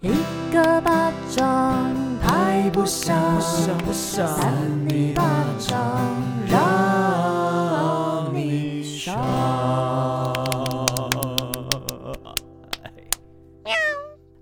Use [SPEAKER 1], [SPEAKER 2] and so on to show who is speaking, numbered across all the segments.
[SPEAKER 1] 一个巴掌拍不响，
[SPEAKER 2] 不想
[SPEAKER 1] 扇你巴掌让你爽。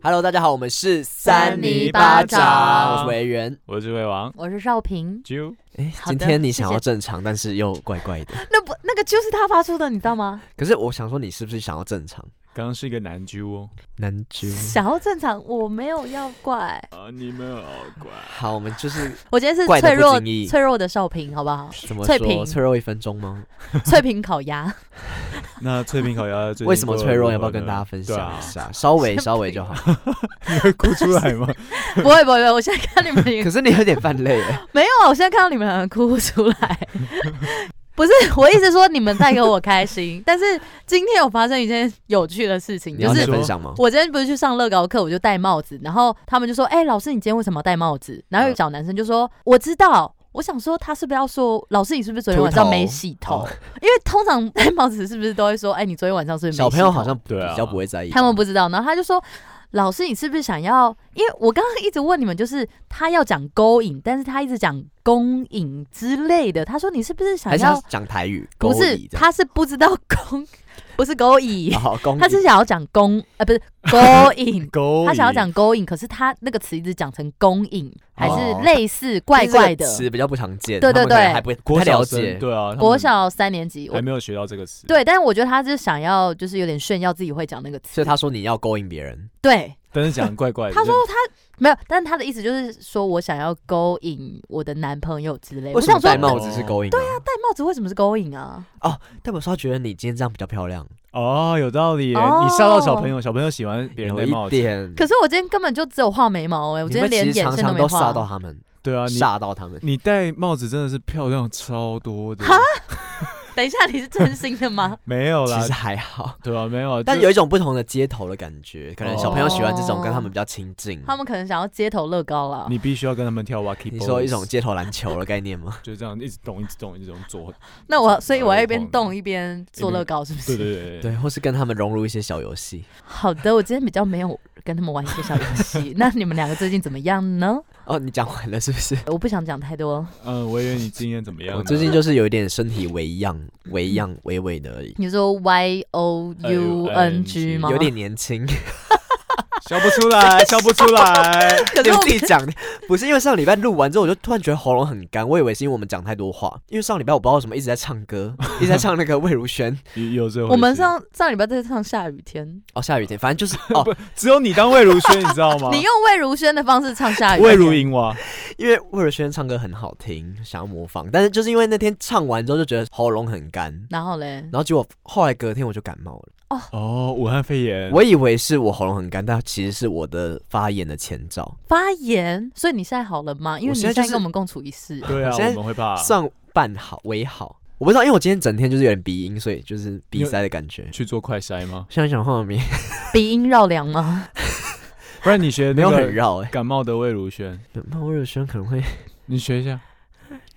[SPEAKER 2] Hello，大家好，我们是
[SPEAKER 1] 三
[SPEAKER 2] 米
[SPEAKER 1] 米巴
[SPEAKER 2] 掌我是
[SPEAKER 3] 掌
[SPEAKER 2] 维园。
[SPEAKER 3] 我是魏王
[SPEAKER 1] 我是少平，
[SPEAKER 3] 啾，
[SPEAKER 2] 哎，
[SPEAKER 1] 好
[SPEAKER 2] 今
[SPEAKER 1] 的
[SPEAKER 2] 天你
[SPEAKER 1] 谢
[SPEAKER 2] 想
[SPEAKER 1] 谢
[SPEAKER 2] 要正常，但是又怪怪的。
[SPEAKER 1] 那不那个就是他发出的，你知道吗？
[SPEAKER 2] 可是我想说，你是不是想要正常？
[SPEAKER 3] 刚刚是一个男啾哦。
[SPEAKER 2] 难揪。
[SPEAKER 1] 想要正常，我没有要怪，
[SPEAKER 3] 啊，你们好乖。
[SPEAKER 2] 好，我们就是
[SPEAKER 1] 我今天是
[SPEAKER 2] 怪得
[SPEAKER 1] 脆
[SPEAKER 2] 不
[SPEAKER 1] 弱
[SPEAKER 2] 经意？
[SPEAKER 1] 脆弱的少平，好不好
[SPEAKER 2] 怎么
[SPEAKER 1] 哦脆
[SPEAKER 2] 说
[SPEAKER 1] 平
[SPEAKER 2] 脆弱一分钟吗？
[SPEAKER 1] 脆平烤鸭，
[SPEAKER 3] 那脆饼烤鸭最近
[SPEAKER 2] 为什么
[SPEAKER 3] 过得
[SPEAKER 2] 脆弱？
[SPEAKER 3] 如
[SPEAKER 2] 要不要
[SPEAKER 3] 何
[SPEAKER 2] 跟
[SPEAKER 3] 呢
[SPEAKER 2] 大家分
[SPEAKER 3] 对
[SPEAKER 2] 享
[SPEAKER 3] 啊
[SPEAKER 2] 一下？稍微
[SPEAKER 1] 先
[SPEAKER 2] 稍微
[SPEAKER 1] 不
[SPEAKER 2] 就
[SPEAKER 1] 要
[SPEAKER 2] 好。
[SPEAKER 3] 你会哭出 来吗？
[SPEAKER 1] 不会不会，不会我现在看你们两
[SPEAKER 2] 可
[SPEAKER 1] 个
[SPEAKER 2] 是你有点犯累 耶。
[SPEAKER 1] 没有，啊我现在看到你们两个哭出来。 不是，我意思说你们带给我开心，但是今天有发生一件有趣的事情，
[SPEAKER 2] 你
[SPEAKER 1] 就
[SPEAKER 2] 要
[SPEAKER 1] 是
[SPEAKER 2] 再
[SPEAKER 3] 说
[SPEAKER 2] 分享吗？
[SPEAKER 1] 我今天不是去上乐高课，我就戴帽子，然后他们就说：“哎、老师，你今天为什么要戴帽子？”然
[SPEAKER 2] 嗯
[SPEAKER 1] 后有个小男生就说：“我知道。”我想说，他是不是要说，老师，你是不是昨天晚上
[SPEAKER 2] 秃头
[SPEAKER 1] 没洗头？
[SPEAKER 2] 哦
[SPEAKER 1] 因为通常戴帽子是不是都会说：“哎、你昨天晚上是不是
[SPEAKER 2] 小
[SPEAKER 1] 没洗头
[SPEAKER 2] 朋友好像比
[SPEAKER 3] 对啊
[SPEAKER 2] 较不会在意。
[SPEAKER 1] 他们不知道。”然后他就说。老师，你是不是想要？因为我刚刚一直问你们，就是他要讲勾引，但是他一直讲公引之类的。他说你是不是想
[SPEAKER 2] 还是
[SPEAKER 1] 要
[SPEAKER 2] 要？讲台语？哦
[SPEAKER 1] 不是，他是不知道公， 不是勾引，
[SPEAKER 2] 好公，
[SPEAKER 1] 他是想要讲公，呃，不是勾引，
[SPEAKER 3] 勾
[SPEAKER 1] 他想要
[SPEAKER 3] 引
[SPEAKER 1] 讲勾引，可是他那个词一直讲成公引，还
[SPEAKER 2] 哦
[SPEAKER 1] 是类似怪怪的。
[SPEAKER 2] 词比较不常见，
[SPEAKER 1] 对对
[SPEAKER 2] 他们可能
[SPEAKER 1] 对
[SPEAKER 2] 还不
[SPEAKER 3] 国
[SPEAKER 2] 太
[SPEAKER 3] 小
[SPEAKER 2] 了
[SPEAKER 3] 生
[SPEAKER 2] 解。
[SPEAKER 3] 对啊，他
[SPEAKER 1] 国
[SPEAKER 3] 们
[SPEAKER 1] 小三年级，我
[SPEAKER 3] 还没有学到这个词。，
[SPEAKER 1] 对，但是我觉得他就是想要，就是有点炫耀自己会讲那个
[SPEAKER 2] 所
[SPEAKER 1] 词
[SPEAKER 2] 以。他说你要勾引别人，
[SPEAKER 1] 对，
[SPEAKER 3] 但是讲怪怪的。
[SPEAKER 1] 他说他没有，但是他的意思就是说我想要勾引我的男朋友之类。我
[SPEAKER 2] 为什么
[SPEAKER 1] 想说
[SPEAKER 2] 戴
[SPEAKER 1] 戴
[SPEAKER 2] 帽子是嗯勾引？对啊，
[SPEAKER 1] 帽子为什么是勾引啊？
[SPEAKER 2] 戴帽子他觉得你今天这样比较漂亮，
[SPEAKER 3] 哦，有道理耶。
[SPEAKER 1] 哦
[SPEAKER 3] 你笑到小朋友，小朋友喜欢别人
[SPEAKER 2] 有
[SPEAKER 3] 戴帽
[SPEAKER 2] 一
[SPEAKER 3] 子。
[SPEAKER 2] 点。
[SPEAKER 1] 可是我今天根本就只有画眉毛哎、我
[SPEAKER 2] 你
[SPEAKER 1] 今天
[SPEAKER 2] 们
[SPEAKER 1] 连
[SPEAKER 2] 其实
[SPEAKER 1] 眼
[SPEAKER 2] 常
[SPEAKER 1] 线
[SPEAKER 2] 常
[SPEAKER 1] 没
[SPEAKER 2] 都吓
[SPEAKER 1] 画。
[SPEAKER 2] 到他们，
[SPEAKER 3] 对啊，你
[SPEAKER 2] 吓到他们。
[SPEAKER 3] 你戴帽子真的是漂亮超多的。
[SPEAKER 1] 等一下，你是真心的吗？
[SPEAKER 3] 没有
[SPEAKER 2] 其
[SPEAKER 3] 啦
[SPEAKER 2] 实，还好，
[SPEAKER 3] 对啊，没有啊。
[SPEAKER 2] 但
[SPEAKER 3] 就
[SPEAKER 2] 有一种不同的街头的感觉，可能小朋友喜欢这种
[SPEAKER 1] 哦
[SPEAKER 2] 跟他们比较亲近。
[SPEAKER 1] 他们可能想要街头乐 高了。
[SPEAKER 3] 你必须要跟他们跳 Wacky。
[SPEAKER 2] 你说一种街头篮球的概念吗？
[SPEAKER 3] 就这样一直动，一直动，一直动， 左。
[SPEAKER 1] 那我所以我要一
[SPEAKER 2] 哦
[SPEAKER 1] 边
[SPEAKER 3] 晃的
[SPEAKER 1] 动一边做乐高，是不是？
[SPEAKER 3] 对对对
[SPEAKER 2] 对，或是跟他们融入一些小游戏。
[SPEAKER 1] 好的，我今天比较没有跟他们玩一些小游 戏。那你们两个最近怎么样呢？
[SPEAKER 2] 哦，你讲完了是不是？
[SPEAKER 1] 我不想讲太多。
[SPEAKER 3] 嗯，我以为你经验怎么样呢？
[SPEAKER 2] 我最近就是有一点身体微恙，微恙，微微的而已，
[SPEAKER 1] 你说 Y O U N G 吗？
[SPEAKER 2] 有点年 轻。
[SPEAKER 3] 笑不出来，笑不出 来。
[SPEAKER 1] 可
[SPEAKER 2] 你
[SPEAKER 1] 是我
[SPEAKER 2] 自己讲的，不是因为上礼拜录完之后，我就突然觉得喉咙很干，我以为是因为我们讲太多话，因为上礼拜我不知道为什么一直在唱 歌，一直在唱那个魏如萱。
[SPEAKER 3] 有有这回事
[SPEAKER 1] 我们上上礼拜在唱下雨天，
[SPEAKER 2] 哦，下雨天，反正 就是哦，
[SPEAKER 3] 只有你当魏如萱，你知道吗？
[SPEAKER 1] 你用魏如萱的方式唱下雨天。
[SPEAKER 3] 魏 如啊银娃，
[SPEAKER 2] 因为魏如萱唱歌很好听，想要模仿，但是就是因为那天唱完之后就觉得喉咙很干，
[SPEAKER 1] 然后嘞
[SPEAKER 2] 然，后结果后来隔天我就感冒了，
[SPEAKER 3] 哦，武汉肺炎，
[SPEAKER 2] 我以为是我喉咙很干，但其实是我的发炎的前兆。
[SPEAKER 1] 发炎，所以你现在好了吗？因为
[SPEAKER 2] 我
[SPEAKER 1] 你
[SPEAKER 2] 现在就
[SPEAKER 1] 现在
[SPEAKER 2] 是
[SPEAKER 1] 跟我们共处一室，
[SPEAKER 3] 对啊，
[SPEAKER 2] 现在
[SPEAKER 3] 我们会怕
[SPEAKER 2] 算半好微好，我不知道，因为我今天整天就是有点鼻音，所以就是鼻塞的感觉。
[SPEAKER 3] 去做快筛吗？
[SPEAKER 2] 想一想画面，
[SPEAKER 1] 鼻音绕梁 吗？
[SPEAKER 3] 不然你学
[SPEAKER 2] 没
[SPEAKER 3] 那
[SPEAKER 2] 有很
[SPEAKER 3] 个
[SPEAKER 2] 绕哎、
[SPEAKER 3] 感冒的魏如萱，
[SPEAKER 2] 那魏如萱可能会，
[SPEAKER 3] 你学一下。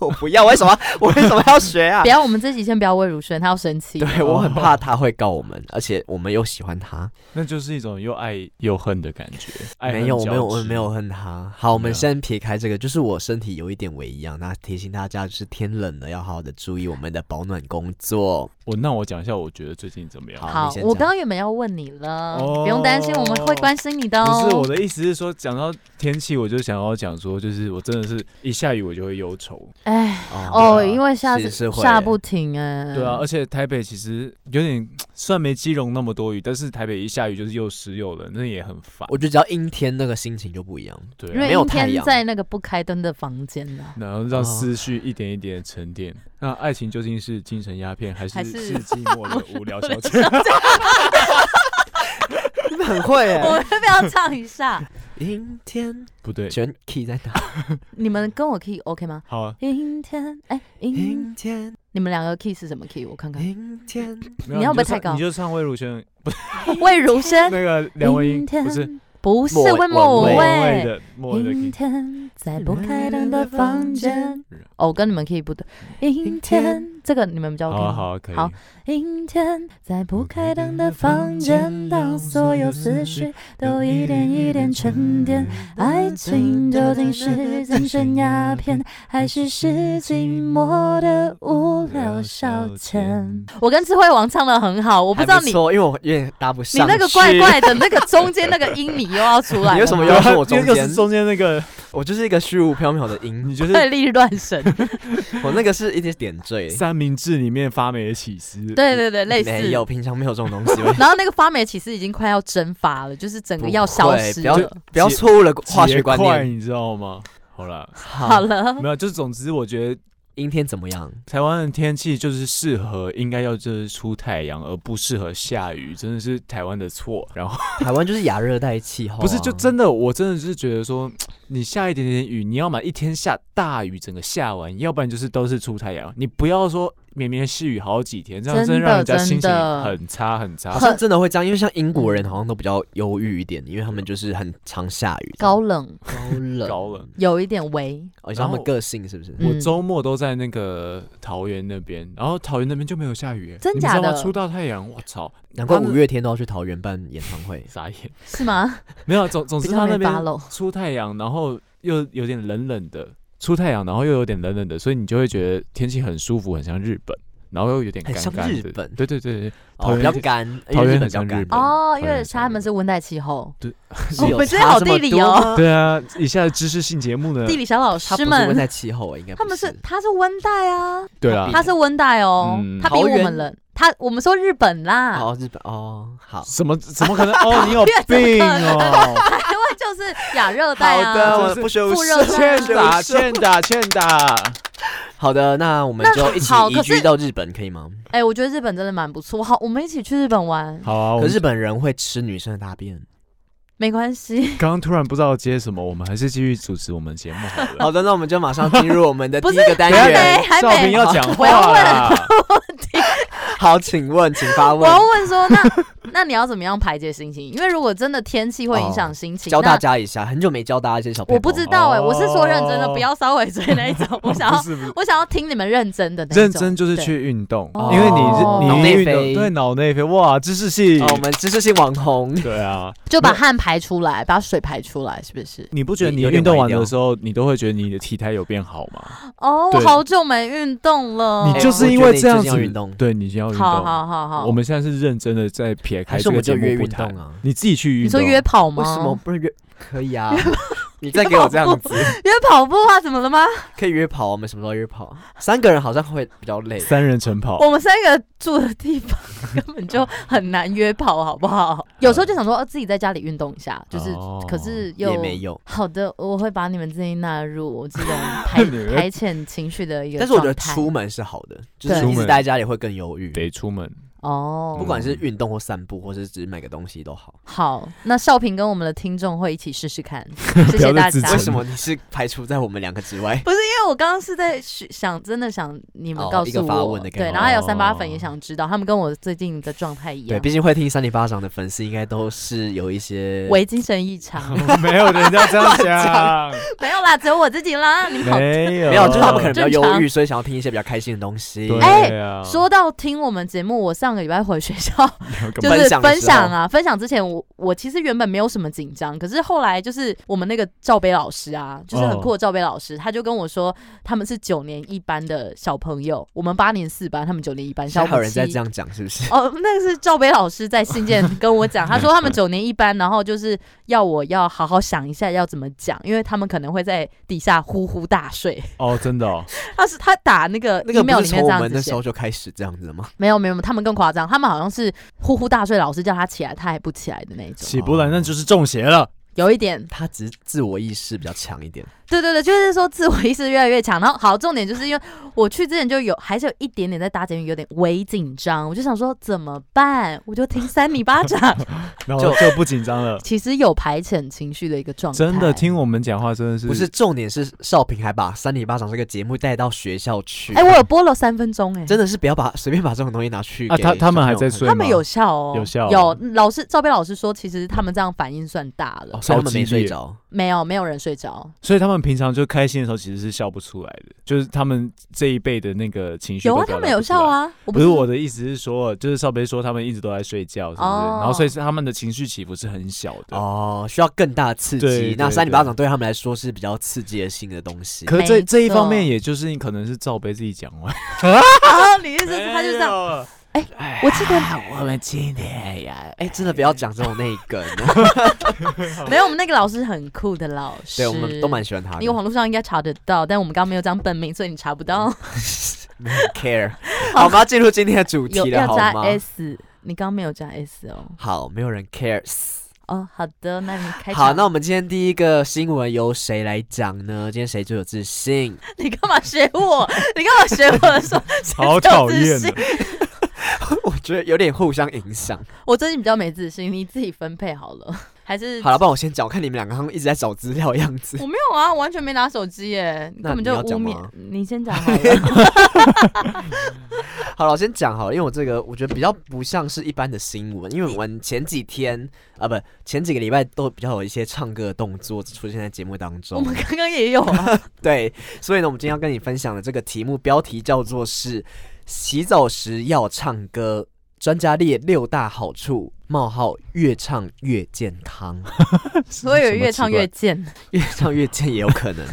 [SPEAKER 2] 我不要，为什么？ 我为什么要学啊
[SPEAKER 1] 不？要，我们这集先不要魏如萱，她要生气。
[SPEAKER 2] 对我很怕他会告我们，而且我们又喜欢他。
[SPEAKER 3] 那就是一种又爱又恨的感觉。爱恨
[SPEAKER 2] 没有，我
[SPEAKER 3] 交
[SPEAKER 2] 没有，我
[SPEAKER 3] 织
[SPEAKER 2] 没有。恨他。好，我
[SPEAKER 3] 没
[SPEAKER 2] 们
[SPEAKER 3] 有
[SPEAKER 2] 先撇开这个，就是我身体有一点微一样，那提醒大家就是天冷了，要好好的注意我们的保暖工作。
[SPEAKER 3] 我那我讲一下，我觉得最近怎么样？
[SPEAKER 2] 好
[SPEAKER 1] 好
[SPEAKER 2] 你先，讲
[SPEAKER 1] 我刚刚原本要问你了，
[SPEAKER 3] 哦
[SPEAKER 1] 不用担心，我们会关心你的哦。
[SPEAKER 3] 不是我的意思是说，讲到天气，我就想要讲说，就是我真的是一下雨我就会忧愁。
[SPEAKER 1] 哎。
[SPEAKER 2] 哦，
[SPEAKER 1] 哦，
[SPEAKER 3] 对啊
[SPEAKER 1] 因为下
[SPEAKER 2] 其
[SPEAKER 1] 次
[SPEAKER 2] 实是会
[SPEAKER 1] 下
[SPEAKER 2] 耶
[SPEAKER 1] 不停哎、
[SPEAKER 3] 对啊，而且台北其实有点虽然没基隆那么多雨，但是台北一下雨就是又湿又冷，那也很烦。
[SPEAKER 2] 我觉得只要阴天，那个心情就不一样。
[SPEAKER 3] 对啊、
[SPEAKER 1] 因为
[SPEAKER 2] 没有
[SPEAKER 1] 阴
[SPEAKER 2] 太
[SPEAKER 1] 天
[SPEAKER 2] 阳
[SPEAKER 1] 在那个不开灯的房间呢、
[SPEAKER 3] 然后让
[SPEAKER 2] 哦
[SPEAKER 3] 思绪一点一点沉淀。那爱情究竟是精神鸦片，还
[SPEAKER 1] 还
[SPEAKER 3] 是
[SPEAKER 1] 是
[SPEAKER 3] 是寂寞的无聊消
[SPEAKER 1] 无
[SPEAKER 3] 遣？
[SPEAKER 2] 你们很 会
[SPEAKER 1] 我
[SPEAKER 2] 哎。
[SPEAKER 1] 们要不要唱一下？
[SPEAKER 2] 阴天，
[SPEAKER 3] 不对，
[SPEAKER 2] 全 key 在 哪？
[SPEAKER 1] 你们跟我 key OK 吗？
[SPEAKER 3] 好啊，
[SPEAKER 1] 阴天，哎、阴，
[SPEAKER 2] 阴天，
[SPEAKER 1] 你们两个 key 是什么 key？我看看。
[SPEAKER 2] 阴天，
[SPEAKER 3] 没有
[SPEAKER 1] 你要不要
[SPEAKER 3] 就唱
[SPEAKER 1] 太高
[SPEAKER 3] 你就唱魏如萱
[SPEAKER 1] 魏如萱，
[SPEAKER 3] 那个梁文音，
[SPEAKER 1] 阴天
[SPEAKER 3] 不是
[SPEAKER 1] 不是
[SPEAKER 2] 莫莫
[SPEAKER 1] 魏莫
[SPEAKER 2] 对
[SPEAKER 3] 莫文蔚
[SPEAKER 1] 蔚。
[SPEAKER 3] 的莫文蔚的
[SPEAKER 1] 阴
[SPEAKER 3] key。
[SPEAKER 1] 天在不开灯的房间，哦，我跟你们 key 不对。阴
[SPEAKER 2] 天
[SPEAKER 1] 天这个你们比较 OK
[SPEAKER 3] 好啊
[SPEAKER 1] 吗
[SPEAKER 3] 好啊，可以。
[SPEAKER 1] 好阴天，在不开灯的房间，当所有思绪都一点一点沉淀。爱情究竟是精神鸦片，还是是寂寞的无聊消遣？我跟智慧王唱的很好，我
[SPEAKER 2] 我
[SPEAKER 1] 不知道你
[SPEAKER 2] 因为我有点搭不
[SPEAKER 1] 你
[SPEAKER 2] 上去。
[SPEAKER 1] 那个怪怪的那个中间那个音，你又要出来了吗。
[SPEAKER 2] 你为什么
[SPEAKER 3] 又
[SPEAKER 2] 又是我中
[SPEAKER 3] 又
[SPEAKER 2] 间
[SPEAKER 3] 是中间那个，
[SPEAKER 2] 我就是一个虚无缥缈的音，
[SPEAKER 3] 你觉得
[SPEAKER 1] 怪力乱神？
[SPEAKER 2] 我那个是一点点缀。
[SPEAKER 3] 三明治里面发霉的起司？
[SPEAKER 1] 对对对，类
[SPEAKER 2] 没有，
[SPEAKER 1] 似。
[SPEAKER 2] 平常没有这种东 西。我
[SPEAKER 1] 然后那个发霉其实已经快要蒸发了，就是整个要消失
[SPEAKER 2] 不会
[SPEAKER 1] 了。
[SPEAKER 2] 不要错误了化
[SPEAKER 3] 结
[SPEAKER 2] 学观
[SPEAKER 3] 块
[SPEAKER 2] 念。
[SPEAKER 3] 你知道吗？好了，
[SPEAKER 1] 好
[SPEAKER 2] 好，
[SPEAKER 1] 了，
[SPEAKER 3] 没有，就是总之我觉得
[SPEAKER 2] 阴天怎么样？
[SPEAKER 3] 台湾的天气就是适合，应该要就是出太阳，而不适合下雨，真的是台湾的错。然后
[SPEAKER 2] 台湾就是亚热带气候啊，
[SPEAKER 3] 不是
[SPEAKER 1] 哦
[SPEAKER 3] 就真的，我真的是觉得说，你下一点点雨，你要么一天下大雨，整个下完，要不然就是都是出太阳，你不要说绵绵细雨好几天，这样
[SPEAKER 1] 真
[SPEAKER 3] 真
[SPEAKER 1] 的
[SPEAKER 3] 的让人家心
[SPEAKER 1] 真
[SPEAKER 3] 情
[SPEAKER 1] 的
[SPEAKER 3] 很差很差
[SPEAKER 2] 好。像真的会这样，因为像英国人好像都比较忧郁一点，因为他们就是很常下雨，
[SPEAKER 1] 高冷
[SPEAKER 2] 高冷
[SPEAKER 3] 高冷，
[SPEAKER 1] 有一点微，
[SPEAKER 2] 而且他们个性是不是？
[SPEAKER 1] 嗯
[SPEAKER 3] 我周末都在那个桃园那边，然后桃园那边就没有下雨、欸，
[SPEAKER 1] 真
[SPEAKER 3] 你们知
[SPEAKER 1] 假
[SPEAKER 3] 道吗
[SPEAKER 1] 的
[SPEAKER 3] 出到太阳，我操，
[SPEAKER 2] 难怪
[SPEAKER 3] 他们。
[SPEAKER 2] 五月天都要去桃园办演唱会
[SPEAKER 3] 傻眼。
[SPEAKER 1] 是吗？
[SPEAKER 3] 没有，总总之
[SPEAKER 1] 比较
[SPEAKER 3] 他
[SPEAKER 1] 没
[SPEAKER 3] 那边
[SPEAKER 1] follow
[SPEAKER 3] 出太阳，然后又有点冷冷的，出太阳然后又有点冷冷的，所以你就会觉得天气很舒服，很像日本，然后又有点
[SPEAKER 2] 很
[SPEAKER 3] 干
[SPEAKER 2] 像
[SPEAKER 3] 干的。
[SPEAKER 2] 日本
[SPEAKER 3] 对对对对，桃
[SPEAKER 2] 哦，
[SPEAKER 3] 园
[SPEAKER 2] 比较干，因
[SPEAKER 3] 桃
[SPEAKER 2] 为日本
[SPEAKER 3] 园很
[SPEAKER 2] 比较
[SPEAKER 3] 像
[SPEAKER 2] 干
[SPEAKER 3] 日。本
[SPEAKER 1] 哦，因
[SPEAKER 3] 可
[SPEAKER 1] 为
[SPEAKER 3] 能是
[SPEAKER 1] 他们是温带气候，
[SPEAKER 2] 是有
[SPEAKER 1] 我们真
[SPEAKER 2] 差
[SPEAKER 1] 好
[SPEAKER 2] 这么
[SPEAKER 1] 地理
[SPEAKER 2] 多
[SPEAKER 1] 哦
[SPEAKER 2] 吗，
[SPEAKER 3] 对啊，以下的知识性节目呢，
[SPEAKER 1] 地理小老
[SPEAKER 2] 它
[SPEAKER 1] 师
[SPEAKER 2] 不是温
[SPEAKER 1] 们，
[SPEAKER 2] 带气候，啊应该
[SPEAKER 1] 他
[SPEAKER 2] 不
[SPEAKER 1] 们是他是温带啊，
[SPEAKER 3] 对啊，
[SPEAKER 1] 他是温带哦
[SPEAKER 3] 嗯，
[SPEAKER 1] 他比我
[SPEAKER 2] 桃园
[SPEAKER 1] 们冷，他我们说日本啦，
[SPEAKER 2] 哦，日本哦，好，
[SPEAKER 3] 什么怎么可能？哦，你有
[SPEAKER 1] 园怎么
[SPEAKER 3] 病
[SPEAKER 1] 可能
[SPEAKER 3] 哦！
[SPEAKER 1] 台湾就是亚热带
[SPEAKER 2] 好
[SPEAKER 1] 啊
[SPEAKER 2] 的，我
[SPEAKER 3] 就
[SPEAKER 2] 们
[SPEAKER 3] 是
[SPEAKER 2] 不修
[SPEAKER 1] 副热带
[SPEAKER 3] 欠
[SPEAKER 1] 啊
[SPEAKER 2] 饰，修
[SPEAKER 3] 打，
[SPEAKER 2] 饰
[SPEAKER 3] 欠打，欠打！
[SPEAKER 2] 好的，那我们
[SPEAKER 1] 那
[SPEAKER 2] 就一起
[SPEAKER 1] 好可
[SPEAKER 2] 移居
[SPEAKER 1] 是
[SPEAKER 2] 到日本，可以吗？
[SPEAKER 1] 哎，我觉得日本真的蛮不错，好，我们一起去日本玩，
[SPEAKER 3] 好啊，我
[SPEAKER 2] 可
[SPEAKER 3] 们
[SPEAKER 2] 日本人会吃女生的大便。
[SPEAKER 1] 嗯没关系，
[SPEAKER 3] 刚刚突然不知道接什么，我们还是继续主持我们节目好了。
[SPEAKER 2] 好的，那我们就马上进入我们 的第
[SPEAKER 1] 不
[SPEAKER 2] 一
[SPEAKER 1] 是
[SPEAKER 2] 个
[SPEAKER 3] 哎
[SPEAKER 2] 单
[SPEAKER 1] 还
[SPEAKER 2] 元。
[SPEAKER 1] 没还
[SPEAKER 3] 少平
[SPEAKER 1] 没，
[SPEAKER 3] 要讲
[SPEAKER 1] 我
[SPEAKER 3] 话
[SPEAKER 1] 要问
[SPEAKER 3] 啦，
[SPEAKER 2] 好，请问，请发
[SPEAKER 1] 我要
[SPEAKER 2] 问，
[SPEAKER 1] 问说，那 那你要怎么样排解心情？因为如果真的天气会影响心情，
[SPEAKER 2] 教
[SPEAKER 1] 那
[SPEAKER 2] 大家一下，很久没教大家一些小。
[SPEAKER 1] 我不知道哎、
[SPEAKER 3] 哦
[SPEAKER 1] 我是说认真的，不要稍微追那一种， 我想要
[SPEAKER 3] 不是不是
[SPEAKER 1] 我想要听你们认真的那一种
[SPEAKER 3] 认真就是
[SPEAKER 1] 对
[SPEAKER 3] 去运动
[SPEAKER 1] 哦，
[SPEAKER 3] 因为
[SPEAKER 1] 哦
[SPEAKER 3] 你
[SPEAKER 2] 脑
[SPEAKER 3] 你
[SPEAKER 2] 内
[SPEAKER 3] 运
[SPEAKER 2] 啡
[SPEAKER 3] 动对脑内啡哇，知识系
[SPEAKER 2] 哦，我们知识性网红，
[SPEAKER 3] 对啊，
[SPEAKER 1] 就把汗排出来，把水排出来，是不是？
[SPEAKER 3] 你不觉得你
[SPEAKER 2] 有点
[SPEAKER 3] 运动
[SPEAKER 2] 歪
[SPEAKER 3] 完
[SPEAKER 2] 掉
[SPEAKER 3] 的时候，你都会觉得你的体态有变好吗？
[SPEAKER 1] 哦，我
[SPEAKER 3] 对
[SPEAKER 1] 好久没运动了。哎
[SPEAKER 3] 你就
[SPEAKER 2] 哦哎我
[SPEAKER 3] 是因
[SPEAKER 2] 觉得
[SPEAKER 3] 为
[SPEAKER 2] 你
[SPEAKER 3] 这样
[SPEAKER 2] 最近
[SPEAKER 3] 子
[SPEAKER 2] 要运动
[SPEAKER 3] 对你要运
[SPEAKER 1] 好
[SPEAKER 3] 动。
[SPEAKER 1] 好好好，
[SPEAKER 3] 我们现在是认真的在撇开
[SPEAKER 2] 还是
[SPEAKER 3] 这
[SPEAKER 2] 我
[SPEAKER 3] 个
[SPEAKER 2] 们
[SPEAKER 3] 节
[SPEAKER 2] 就约
[SPEAKER 3] 目不
[SPEAKER 2] 运
[SPEAKER 3] 谈
[SPEAKER 2] 动，啊？
[SPEAKER 3] 你自己去运
[SPEAKER 1] 你
[SPEAKER 3] 动。
[SPEAKER 1] 说约跑吗？
[SPEAKER 2] 为什么不是约？可以 啊，你再给我这样子，
[SPEAKER 1] 约跑步啊？怎么了吗？
[SPEAKER 2] 可以约跑，啊我们什么时候约跑？啊三个人好像会比较累。
[SPEAKER 3] 三人晨跑？
[SPEAKER 1] 我们三个住的地方根本就
[SPEAKER 2] 啊
[SPEAKER 1] 很难约跑，好不好？有时候就想说，呃自己在家里运动一下，就是，
[SPEAKER 3] 哦
[SPEAKER 1] 可是又
[SPEAKER 2] 也没有。
[SPEAKER 1] 好的，我会把你们建议纳入我这种 排
[SPEAKER 3] 你们
[SPEAKER 1] 排遣情绪的一个
[SPEAKER 2] 但
[SPEAKER 1] 状态。
[SPEAKER 2] 是我觉得出门是好的，就
[SPEAKER 1] 对
[SPEAKER 2] 是
[SPEAKER 3] 出
[SPEAKER 2] 一直
[SPEAKER 3] 门
[SPEAKER 2] 待在家里会更忧郁。
[SPEAKER 3] 得出门。
[SPEAKER 1] 哦，
[SPEAKER 2] 不管是运动或散步，或者只是买个东西都好。
[SPEAKER 1] 好，那少平跟我们的听众会一起试试 看，谢
[SPEAKER 3] 不
[SPEAKER 1] 谢
[SPEAKER 3] 要
[SPEAKER 1] 大
[SPEAKER 3] 再自
[SPEAKER 1] 家
[SPEAKER 3] 残。
[SPEAKER 2] 为什么你是排除在我们两个之外？
[SPEAKER 1] 不是因为我刚刚是在想，真的想你们
[SPEAKER 2] 哦
[SPEAKER 1] 告
[SPEAKER 2] 一个
[SPEAKER 1] 诉
[SPEAKER 2] 发
[SPEAKER 1] 我，
[SPEAKER 2] 问的概
[SPEAKER 1] 对，
[SPEAKER 2] 念
[SPEAKER 1] 然后还有
[SPEAKER 3] 哦
[SPEAKER 1] 三八粉也想知道，他们跟我最近的状态一
[SPEAKER 2] 对，
[SPEAKER 1] 样，
[SPEAKER 2] 毕竟会听三里巴掌的粉丝应该都是有一些
[SPEAKER 1] 为精神异常，
[SPEAKER 3] 没有人家这样 讲，
[SPEAKER 1] 没有啦，只有我自己啦。你们好，
[SPEAKER 3] 没有
[SPEAKER 2] 没有，就是他们可能哎比较
[SPEAKER 1] 正常
[SPEAKER 2] 忧郁，所以想要听一些比较开心的东西。
[SPEAKER 3] 对啊，
[SPEAKER 1] 说到听我们节目，我上个礼拜回 学校就
[SPEAKER 2] 分
[SPEAKER 1] 是
[SPEAKER 2] 享的
[SPEAKER 1] 分
[SPEAKER 2] 时候
[SPEAKER 1] 享啊，分享之前我我其实原本没有什么紧张，可是后来就是我们那个赵杯老师啊，就是很
[SPEAKER 3] 哦
[SPEAKER 1] 酷的赵杯老师，他就跟我说他们是九年一班的小朋友，我们八年四班，他们九年一班，
[SPEAKER 2] 现
[SPEAKER 1] 小
[SPEAKER 2] 在还有人
[SPEAKER 1] 七
[SPEAKER 2] 在这样讲，是不是？
[SPEAKER 1] 哦，那个是赵北老师在信件跟我讲，他说他们九年一班，然后就是要我要好好想一下要怎么讲，因为他们可能会在底下呼呼大睡。
[SPEAKER 3] 哦，真的哦，
[SPEAKER 1] 他是他打那个
[SPEAKER 2] 那个不
[SPEAKER 1] email
[SPEAKER 2] 是
[SPEAKER 1] 里
[SPEAKER 2] 从
[SPEAKER 1] 面这
[SPEAKER 2] 我
[SPEAKER 1] 样
[SPEAKER 2] 们
[SPEAKER 1] 子
[SPEAKER 2] 那时
[SPEAKER 1] 写
[SPEAKER 2] 候，就开始这样子的吗？
[SPEAKER 1] 没有没有，他们更夸张，他们好像是呼呼大睡，老师叫他起来，他还不起来的那一种，
[SPEAKER 3] 起不来那就是中邪了。
[SPEAKER 1] 有一点，
[SPEAKER 2] 他只是自我意识比较强一点，
[SPEAKER 1] 对对对，就是说自我意识越来越强。然后好，重点就是因为我去之前就有还是有一点点在搭捷运有点微紧张，我就想说怎么办，我就听三米巴 掌，
[SPEAKER 3] 然后就不紧张了。
[SPEAKER 1] 其实有排遣情绪的一个状态，
[SPEAKER 3] 真的听我们讲话真的是
[SPEAKER 2] 不是重点是少平还把《三里巴掌》这个节目带到学校去。
[SPEAKER 1] 哎、我有播了三分钟哎、
[SPEAKER 2] 真的是不要把随便把这种东西拿去
[SPEAKER 3] 啊
[SPEAKER 2] 给
[SPEAKER 3] 他他
[SPEAKER 2] 小
[SPEAKER 3] 们
[SPEAKER 2] 朋
[SPEAKER 3] 还
[SPEAKER 2] 友
[SPEAKER 3] 在
[SPEAKER 2] 看
[SPEAKER 3] 睡
[SPEAKER 1] 他们
[SPEAKER 3] 吗
[SPEAKER 1] 有效哦，
[SPEAKER 3] 有效
[SPEAKER 1] 有老师赵贝老师说，其实他们这样反应算大了，
[SPEAKER 2] 哦，所以他们
[SPEAKER 3] 超激
[SPEAKER 2] 没睡
[SPEAKER 3] 烈
[SPEAKER 2] 着。
[SPEAKER 1] 没有没有人睡着，
[SPEAKER 3] 所以他们们平常就开心的时候其实是笑不出来的，就是他们这一辈的那个情绪
[SPEAKER 1] 有
[SPEAKER 3] 都
[SPEAKER 1] 啊，
[SPEAKER 3] 表
[SPEAKER 1] 他
[SPEAKER 3] 达
[SPEAKER 1] 们有
[SPEAKER 3] 不出
[SPEAKER 1] 笑
[SPEAKER 3] 来。
[SPEAKER 1] 啊，我
[SPEAKER 3] 不
[SPEAKER 1] 是
[SPEAKER 3] 是我的意思是说，就是少杯说他们一直都在睡觉，是不是？
[SPEAKER 1] 哦
[SPEAKER 3] 然后所以是他们的情绪起伏是很小的。
[SPEAKER 2] 哦，需要更大的刺
[SPEAKER 3] 对
[SPEAKER 2] 激。那
[SPEAKER 3] 对
[SPEAKER 2] 扇你
[SPEAKER 3] 对
[SPEAKER 2] 巴掌对他们来说是比较刺激的新的东西。
[SPEAKER 3] 可是这
[SPEAKER 1] 没
[SPEAKER 3] 这一方
[SPEAKER 1] 错
[SPEAKER 3] 面，也就是你可能是罩杯自己讲完，
[SPEAKER 1] 啊，你意思是他就这样？
[SPEAKER 3] 样。
[SPEAKER 1] 我记得
[SPEAKER 3] 我们今天呀，
[SPEAKER 2] 哎，真的不要讲这种内梗，
[SPEAKER 1] 没有，我们那个老师很酷的老师，
[SPEAKER 2] 哦对我们都蛮喜欢他的
[SPEAKER 1] 你。网络上应该查得到，但我们刚刚没有讲本名，所以你查不 到。
[SPEAKER 2] 没有 care，好，我们要进入今天的主
[SPEAKER 1] 有
[SPEAKER 2] 题了，
[SPEAKER 1] 要
[SPEAKER 2] 好
[SPEAKER 1] 加
[SPEAKER 2] 吗？
[SPEAKER 1] S，你刚刚没有加 S 哦。
[SPEAKER 2] 好，没有人 cares。
[SPEAKER 1] 哦，好的，那你 开场
[SPEAKER 2] 好，那我们今天第一个新闻由谁来讲呢？今天谁最有自信？
[SPEAKER 1] 你干嘛学我？ 你干嘛学我的说？
[SPEAKER 3] 好
[SPEAKER 1] 谁最有
[SPEAKER 3] 讨
[SPEAKER 1] 自
[SPEAKER 3] 厌
[SPEAKER 1] 信
[SPEAKER 3] 啊。
[SPEAKER 2] 我觉得有点互相影响。
[SPEAKER 1] 我最近比较没自信，你自己分配好了， 还是
[SPEAKER 2] 好了，不然我先讲，我看你们两个好像一直在找资料的样子。
[SPEAKER 1] 我没有啊，完全没拿手机耶，你
[SPEAKER 2] 那
[SPEAKER 1] 根本
[SPEAKER 2] 你
[SPEAKER 1] 就
[SPEAKER 2] 要
[SPEAKER 1] 污
[SPEAKER 2] 讲
[SPEAKER 1] 蔑
[SPEAKER 2] 吗。
[SPEAKER 1] 你先 讲好了，
[SPEAKER 2] 好了，我先讲好了，因为我这个我觉得比较不像是一般的新闻，因为我们前几天啊，不前几个礼拜都比较有一些唱歌的动作出现在节目当
[SPEAKER 1] 我
[SPEAKER 2] 中
[SPEAKER 1] 们。刚刚也 有啊。
[SPEAKER 2] 对，所以呢，我们今天要跟你分享的这个题目标题叫做是“洗澡时要唱歌”，专家列六大好处：冒号越唱越健康，
[SPEAKER 1] 所以越唱越贱。
[SPEAKER 2] 越唱越健也有可 能。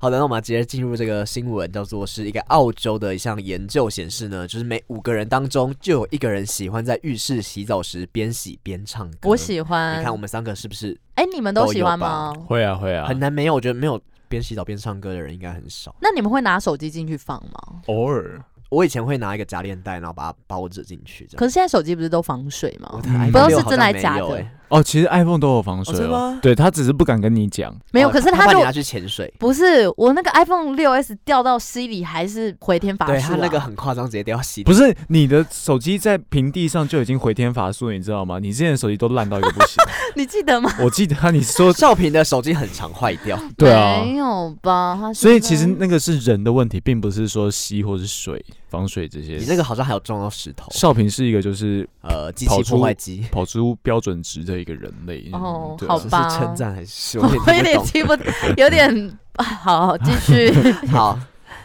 [SPEAKER 2] 好的，那我们直接进入这个新闻，叫做是一个澳洲的一项研究显示呢，就是每五个人当中就有一个人喜欢在浴室洗澡时边洗边唱歌。
[SPEAKER 1] 我。喜欢
[SPEAKER 2] 你看，我们三个是不是
[SPEAKER 1] 哎、你们都
[SPEAKER 2] 都
[SPEAKER 1] 喜
[SPEAKER 2] 有
[SPEAKER 1] 欢吗
[SPEAKER 2] 吧？
[SPEAKER 3] 会啊会啊
[SPEAKER 2] 很，难没有？我觉得没有边洗澡边唱歌的人应该很少。
[SPEAKER 1] 那你们会拿手机进去放吗？
[SPEAKER 3] 偶尔
[SPEAKER 2] 我以前会拿一个夹链袋，然后把它包着进去，这样。
[SPEAKER 1] 可是现在手机不是都防水吗
[SPEAKER 2] 我？
[SPEAKER 3] 嗯
[SPEAKER 2] 的
[SPEAKER 3] 不知
[SPEAKER 2] iPhone 6好
[SPEAKER 1] 道是真
[SPEAKER 2] 像
[SPEAKER 1] 还
[SPEAKER 2] 没
[SPEAKER 1] 假
[SPEAKER 2] 有
[SPEAKER 1] 的
[SPEAKER 2] 欸
[SPEAKER 3] 哦，其实 iPhone 都有防水
[SPEAKER 2] 真的
[SPEAKER 3] 哦
[SPEAKER 2] 吗，
[SPEAKER 3] 对他只是不敢跟你讲。
[SPEAKER 1] 没有，
[SPEAKER 2] 哦
[SPEAKER 1] 可是
[SPEAKER 2] 他
[SPEAKER 1] 它
[SPEAKER 2] 怕
[SPEAKER 1] 就
[SPEAKER 2] 你拿去潜水，
[SPEAKER 1] 不是我那个 iPhone 六 S 掉到溪里还是回天乏术、啊。
[SPEAKER 2] 对他那个很夸张，直接掉溪里。
[SPEAKER 3] 不是你的手机在平地上就已经回天乏术，你知道吗？你之前的手机都烂到一个不行。
[SPEAKER 1] 你记得吗？
[SPEAKER 3] 我记得啊你 说
[SPEAKER 2] 少平的手机很常坏掉，
[SPEAKER 3] 对啊，
[SPEAKER 1] 没有吧？它是
[SPEAKER 3] 所以其实
[SPEAKER 1] 不是
[SPEAKER 3] 那个是人的问题，并不是说吸或是水、防水这些
[SPEAKER 2] 你。那个好像还有撞到石头，
[SPEAKER 3] 少平是一个就是
[SPEAKER 2] 呃，机
[SPEAKER 3] 跑
[SPEAKER 2] 器
[SPEAKER 3] 出
[SPEAKER 2] 破坏机，
[SPEAKER 3] 跑出标准值的一个人类。
[SPEAKER 1] 哦
[SPEAKER 3] 嗯对啊
[SPEAKER 1] 好
[SPEAKER 2] 这是
[SPEAKER 1] 吧
[SPEAKER 2] 称赞还是我
[SPEAKER 1] 我有
[SPEAKER 2] 有点
[SPEAKER 1] 点
[SPEAKER 2] 听不
[SPEAKER 1] 记不，有点 好，继 续。
[SPEAKER 2] 懂？好，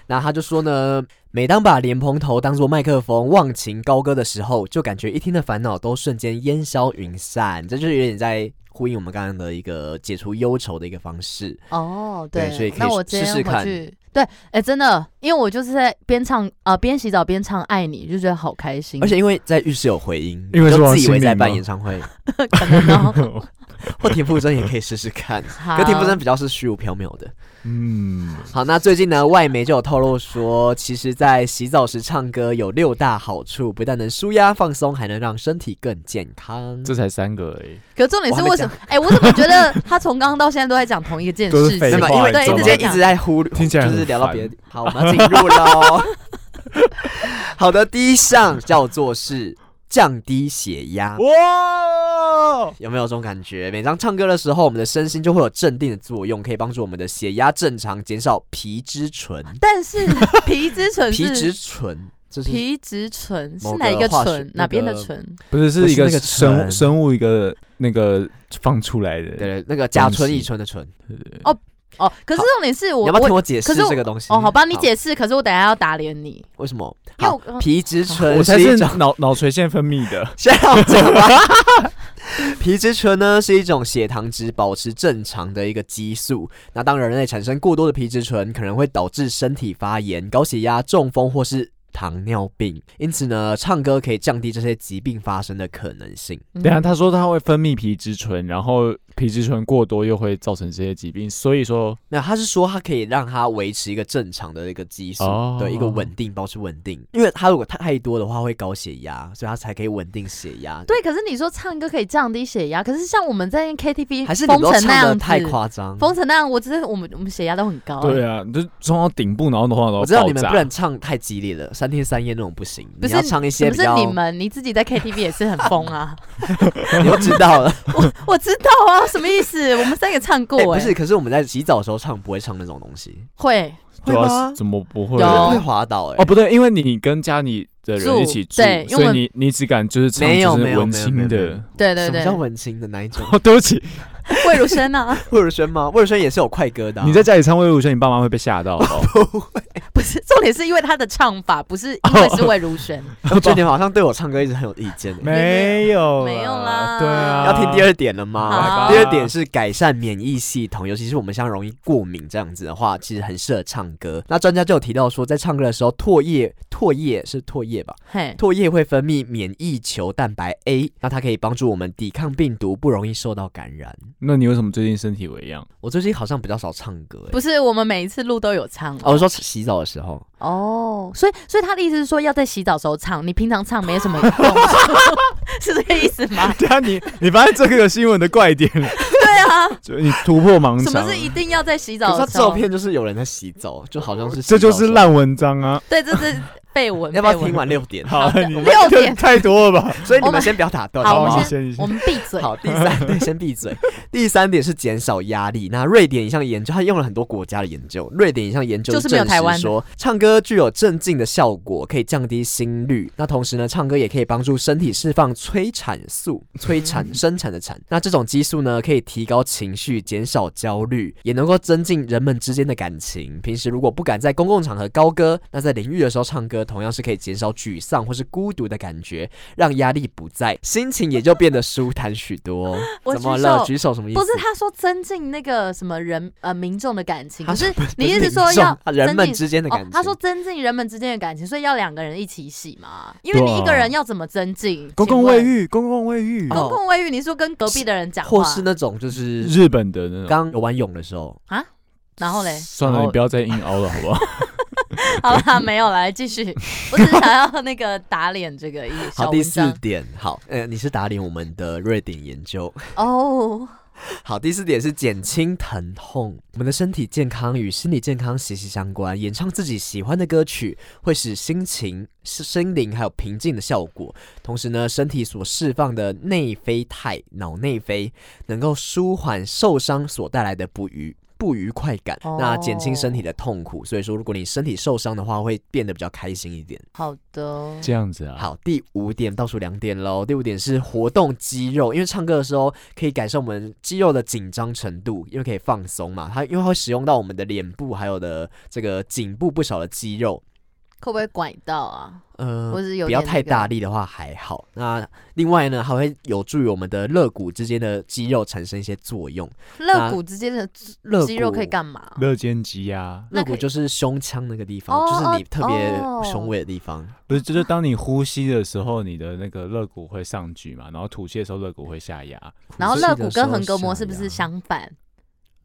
[SPEAKER 2] 那他就说呢，每当把莲蓬头当做麦克风忘情高歌的时候，就感觉一天的烦恼都瞬间烟消云散，这就是有点在呼应我们刚刚的一个解除忧愁的一个方式。
[SPEAKER 1] 哦，
[SPEAKER 2] 对所以可以
[SPEAKER 1] 那我
[SPEAKER 2] 试
[SPEAKER 1] 今
[SPEAKER 2] 试
[SPEAKER 1] 天回
[SPEAKER 2] 看
[SPEAKER 1] 去。对，哎，真的，因为我就是在边唱啊边洗澡边唱《爱你》，就觉得好开心。
[SPEAKER 2] 而且因为在浴室有回音，
[SPEAKER 3] 嗯因为是
[SPEAKER 2] 就
[SPEAKER 3] 王
[SPEAKER 2] 自以
[SPEAKER 3] 心
[SPEAKER 2] 为在
[SPEAKER 3] 凌
[SPEAKER 2] 办
[SPEAKER 3] 吗
[SPEAKER 2] 演唱 会，
[SPEAKER 1] 可能 哦，
[SPEAKER 2] 或田馥甄也可以试试看。可田馥甄比较是虚无缥缈的。
[SPEAKER 3] 嗯，
[SPEAKER 2] 好，那最近呢，外媒就有透露说，其实，在洗澡时唱歌有六大好处，不但能舒压放松，还能让身体更健康。
[SPEAKER 3] 这才三个而已。
[SPEAKER 1] 可重点
[SPEAKER 2] 我
[SPEAKER 1] 是
[SPEAKER 2] 还没
[SPEAKER 1] 为什么？哎、我怎么觉得他从刚刚到现在都在讲同一件
[SPEAKER 3] 都
[SPEAKER 1] 事
[SPEAKER 3] 是
[SPEAKER 1] 情？
[SPEAKER 3] 废
[SPEAKER 2] 没有，
[SPEAKER 3] 话
[SPEAKER 2] 因为
[SPEAKER 1] 对，
[SPEAKER 3] 你
[SPEAKER 2] 我
[SPEAKER 1] 一
[SPEAKER 2] 们
[SPEAKER 3] 知
[SPEAKER 1] 直
[SPEAKER 3] 道
[SPEAKER 2] 今
[SPEAKER 1] 在
[SPEAKER 2] 哎天一
[SPEAKER 1] 讲
[SPEAKER 2] 直。在忽略，
[SPEAKER 3] 听起来
[SPEAKER 2] 就是
[SPEAKER 3] 很
[SPEAKER 2] 聊到
[SPEAKER 3] 烦
[SPEAKER 2] 别的。好，我们要进入喽。 好的，第一项叫做是降低血压。
[SPEAKER 3] 哇，
[SPEAKER 2] 有没有这种感觉？每当唱歌的时候，我们的身心就会有镇定的作用，可以帮助我们的血压正常，减少皮质醇。
[SPEAKER 1] 但是皮质醇
[SPEAKER 2] 皮质
[SPEAKER 1] 是
[SPEAKER 2] 醇，这是
[SPEAKER 1] 皮质醇是
[SPEAKER 2] 某
[SPEAKER 1] 哪一
[SPEAKER 2] 个
[SPEAKER 1] 个
[SPEAKER 2] 化学
[SPEAKER 1] 醇？
[SPEAKER 2] 那
[SPEAKER 1] 哪边的
[SPEAKER 2] 个
[SPEAKER 1] 醇？
[SPEAKER 3] 不是
[SPEAKER 2] 不
[SPEAKER 3] 是
[SPEAKER 2] 是
[SPEAKER 3] 一个
[SPEAKER 2] 那个
[SPEAKER 3] 生
[SPEAKER 2] 唇
[SPEAKER 3] 物生物一个那个放出来的。
[SPEAKER 2] 对那个甲
[SPEAKER 3] 东
[SPEAKER 2] 醇、
[SPEAKER 3] 西
[SPEAKER 2] 乙醇的醇。
[SPEAKER 1] 哦，可是
[SPEAKER 2] 好
[SPEAKER 1] 重点是
[SPEAKER 2] 你
[SPEAKER 1] 我
[SPEAKER 2] 要不要听
[SPEAKER 1] 我
[SPEAKER 2] 我解释
[SPEAKER 1] 可是我
[SPEAKER 2] 这个东西？
[SPEAKER 1] 哦，好吧，你解释。可是我等一下要打脸你，
[SPEAKER 2] 为什么？
[SPEAKER 1] 因为我嗯
[SPEAKER 2] 好，
[SPEAKER 1] 刚
[SPEAKER 2] 皮质
[SPEAKER 3] 我
[SPEAKER 2] 醇
[SPEAKER 3] 才
[SPEAKER 2] 是
[SPEAKER 3] 是
[SPEAKER 2] 一种，。
[SPEAKER 3] 脑脑垂腺分泌的
[SPEAKER 2] 嗯先让我讲吧。 皮质醇呢是一种血糖值保持正常的一个激素。那当人类产生过多的皮质醇，可能会导致身体发炎、高血压、中风或是糖尿病。因此呢，唱歌可以降低这些疾病发生的可能性。
[SPEAKER 1] 嗯
[SPEAKER 3] 等一下他说他会分泌皮质醇，然后皮质醇过多又会造成这些疾病，所以说
[SPEAKER 2] 那他是说，他可以让它维持一个正常的一个激素，
[SPEAKER 3] 哦
[SPEAKER 2] 对一个稳定，保持稳定。因为他如果太多的话，会高血压，所以他才可以稳定血压。，
[SPEAKER 1] 对，可是你说唱歌可以降低血压，可是像我们在 KTV
[SPEAKER 2] 还是你
[SPEAKER 1] 封
[SPEAKER 2] 们都
[SPEAKER 1] 城那
[SPEAKER 2] 唱
[SPEAKER 1] 样
[SPEAKER 2] 的
[SPEAKER 1] 子，
[SPEAKER 2] 太夸张。
[SPEAKER 1] 封城那样，我只是我们我们血压都很高、
[SPEAKER 3] 对
[SPEAKER 1] 啊，
[SPEAKER 3] 啊，就是冲到顶部，然后的话，然后
[SPEAKER 2] 我知道你们
[SPEAKER 3] 爆炸
[SPEAKER 2] 不能唱太激烈了，三天三夜那种不行，
[SPEAKER 1] 不
[SPEAKER 2] 你要
[SPEAKER 1] 是
[SPEAKER 2] 唱一些
[SPEAKER 1] 不
[SPEAKER 2] 比
[SPEAKER 1] 是
[SPEAKER 2] 较。
[SPEAKER 1] 你们，你自己在 KTV 也是很疯啊，
[SPEAKER 2] 你都知道 了，
[SPEAKER 1] 我知道啊，什么意思？我们三个唱过、
[SPEAKER 2] 哎
[SPEAKER 1] 哎，
[SPEAKER 2] 不是，可是我们在洗澡的时候唱不会唱那种东西，
[SPEAKER 1] 会
[SPEAKER 3] 对
[SPEAKER 2] 会
[SPEAKER 3] 啊，
[SPEAKER 2] 吗
[SPEAKER 3] 怎么不会？
[SPEAKER 2] 会
[SPEAKER 1] 有
[SPEAKER 3] 哦，
[SPEAKER 2] 滑倒哎、
[SPEAKER 3] 不对，因为你跟家里的人一起
[SPEAKER 1] 住
[SPEAKER 3] 住，
[SPEAKER 1] 对因为
[SPEAKER 3] 所
[SPEAKER 1] 我
[SPEAKER 3] 哦以
[SPEAKER 1] 魏如萱啊呐，
[SPEAKER 2] 魏如萱吗？魏如萱也是有快歌的啊、
[SPEAKER 3] 你在家里唱魏如萱，你爸妈会被吓到的哦。
[SPEAKER 1] 不是重点是因为她的唱法，不是因为是魏如 萱。
[SPEAKER 2] 我觉得你好像对我唱歌一直很有意见欸、
[SPEAKER 3] 没有，
[SPEAKER 1] 没有啦
[SPEAKER 3] 对啊，
[SPEAKER 2] 要听第二点了吗？
[SPEAKER 1] 好
[SPEAKER 2] 第二点是改善免疫系统，尤其是我们像容易过敏这样子的话，其实很适合唱歌。那专家就有提到说，在唱歌的时候，唾液，唾液是唾液吧？
[SPEAKER 1] 嘿，
[SPEAKER 2] 唾液会分泌免疫球蛋白 A，那它可以帮助我们抵抗病毒，不容易受到感染。
[SPEAKER 3] 那你为什么最近身体为恙？
[SPEAKER 2] 我最近好像比较少唱歌、欸，
[SPEAKER 1] 不是，我们每一次录都有唱
[SPEAKER 2] 哦，我说洗澡的时候，
[SPEAKER 1] 哦，所以所以他的意思是说要在洗澡时候唱，你平常唱没什么 用 处，是这个意思吗？
[SPEAKER 3] 对啊，你你发现这个新闻的怪点了，
[SPEAKER 1] 对啊，
[SPEAKER 3] 就你突破盲
[SPEAKER 1] 什么
[SPEAKER 3] 肠
[SPEAKER 1] 是，一定要在洗
[SPEAKER 2] 可
[SPEAKER 1] 澡
[SPEAKER 2] 是它
[SPEAKER 1] 的时
[SPEAKER 2] 照
[SPEAKER 1] 候？
[SPEAKER 2] 片 就是有人在洗澡，就好像是
[SPEAKER 3] 这
[SPEAKER 2] 洗澡
[SPEAKER 3] 就
[SPEAKER 2] 的时
[SPEAKER 3] 是
[SPEAKER 2] 候。
[SPEAKER 3] 烂文章啊。
[SPEAKER 1] 对，这是绯闻。
[SPEAKER 2] 要不要
[SPEAKER 1] 绯闻
[SPEAKER 2] 听完？六点？
[SPEAKER 3] 好， 你
[SPEAKER 1] 我们六点
[SPEAKER 3] 太多了吧？
[SPEAKER 2] 所以你
[SPEAKER 1] 我
[SPEAKER 2] 们
[SPEAKER 1] 们
[SPEAKER 2] 先不要打断，
[SPEAKER 1] 好，
[SPEAKER 2] 不
[SPEAKER 1] 我
[SPEAKER 3] 好
[SPEAKER 1] 们
[SPEAKER 3] 你先你
[SPEAKER 1] 先
[SPEAKER 3] 先
[SPEAKER 1] 我们闭嘴。
[SPEAKER 2] 好，第三对， 先闭嘴。第三点是减少压力。那瑞典一项研究，它用了很多国家的研究，瑞典一项研究
[SPEAKER 1] 就是没有
[SPEAKER 2] 证实
[SPEAKER 1] 台湾的
[SPEAKER 2] 说，唱歌具有镇静的效果，可以降低心率。那同时呢，唱歌也可以帮助身体释放催产 素，催产生产的产。那这种激素呢，可以提高情绪，减少焦虑，也能够增进人们之间的感情。平时如果不敢在公共场合高歌，那在淋浴的时候唱歌，同样是可以减少沮丧或是孤独的感觉，让压力不在，心情也就变得舒坦许多。
[SPEAKER 1] 我
[SPEAKER 2] 怎么
[SPEAKER 1] 举
[SPEAKER 2] 了？
[SPEAKER 1] 手
[SPEAKER 2] 举手什么意思？
[SPEAKER 1] 不是他说增进那个什么人呃民众的感情，
[SPEAKER 2] 他
[SPEAKER 1] 可是
[SPEAKER 2] 不是
[SPEAKER 1] 你意思
[SPEAKER 2] 民
[SPEAKER 1] 说要
[SPEAKER 2] 众啊人
[SPEAKER 1] 增
[SPEAKER 2] 们
[SPEAKER 1] 进
[SPEAKER 2] 之间的感
[SPEAKER 1] 哦
[SPEAKER 2] 情？，
[SPEAKER 1] 他说增进人们之间的感情，所以要两个人一起洗嘛，因为你一个
[SPEAKER 3] 对啊
[SPEAKER 1] 人要怎么增进？
[SPEAKER 3] 公共
[SPEAKER 1] 请问
[SPEAKER 3] 卫，浴，公共卫浴，
[SPEAKER 1] 公共卫浴，你说跟隔壁的人讲
[SPEAKER 2] 或
[SPEAKER 1] 话，
[SPEAKER 2] 是那种就是
[SPEAKER 3] 日本的那种。
[SPEAKER 2] 刚游完泳的时候，
[SPEAKER 1] 然后嘞，
[SPEAKER 3] 算了，
[SPEAKER 2] 然后
[SPEAKER 3] 你不要再硬凹了，好不好？
[SPEAKER 1] 好啦，没有啦，继续。 我只是想要那个打脸这个意 小
[SPEAKER 2] 好，第
[SPEAKER 1] 文
[SPEAKER 2] 四
[SPEAKER 1] 章
[SPEAKER 2] 点，好，呃，你是打脸我们的瑞典研究。
[SPEAKER 1] 哦。
[SPEAKER 2] 好，第四点是减轻疼痛。我们的身体健康与心理健康息息相关，演唱自己喜欢的歌曲会使心情、是心灵还有平静的效果。同时呢，身体所释放的内啡肽、脑内啡能够舒缓受伤所带来的不愉。不愉快感，
[SPEAKER 1] 哦
[SPEAKER 2] 那减轻身体的痛苦。所以说，如果你身体受伤的话，会变得比较开心一点。
[SPEAKER 1] 好的，
[SPEAKER 3] 这样子啊，
[SPEAKER 2] 好，第五点倒数两点喽。第五点是活动肌肉，因为唱歌的时候可以感受我们肌肉的紧张程度，因为可以放松嘛。它因为它会使用到我们的脸部还有的这个颈部不少的肌肉。
[SPEAKER 1] 会不会拐到啊？
[SPEAKER 2] 呃，
[SPEAKER 1] 或是有
[SPEAKER 2] 不要
[SPEAKER 1] 点那
[SPEAKER 2] 太
[SPEAKER 1] 个
[SPEAKER 2] 大力的话还好。那另外呢，还会有助于我们的肋骨之间的肌肉产生一些作用。
[SPEAKER 1] 肋骨之间的
[SPEAKER 2] 肋骨
[SPEAKER 1] 肌肉可以干嘛？
[SPEAKER 3] 热煎鸡啊，
[SPEAKER 1] 那
[SPEAKER 2] 肋
[SPEAKER 1] 可以
[SPEAKER 2] 骨就是胸腔那个地方，
[SPEAKER 1] 哦
[SPEAKER 2] 就是
[SPEAKER 1] 哦
[SPEAKER 2] 你特别
[SPEAKER 1] 哦
[SPEAKER 2] 雄伟的地方。
[SPEAKER 3] 不是，就是当你呼吸的时候，你的那个肋骨会上举嘛，然后吐气的时候肋骨会下压，
[SPEAKER 1] 然后
[SPEAKER 2] 呼吸
[SPEAKER 1] 肋
[SPEAKER 2] 的
[SPEAKER 1] 骨
[SPEAKER 2] 时
[SPEAKER 1] 跟
[SPEAKER 2] 候
[SPEAKER 1] 横膈膜
[SPEAKER 2] 下
[SPEAKER 1] 是不是
[SPEAKER 2] 压
[SPEAKER 1] 相反？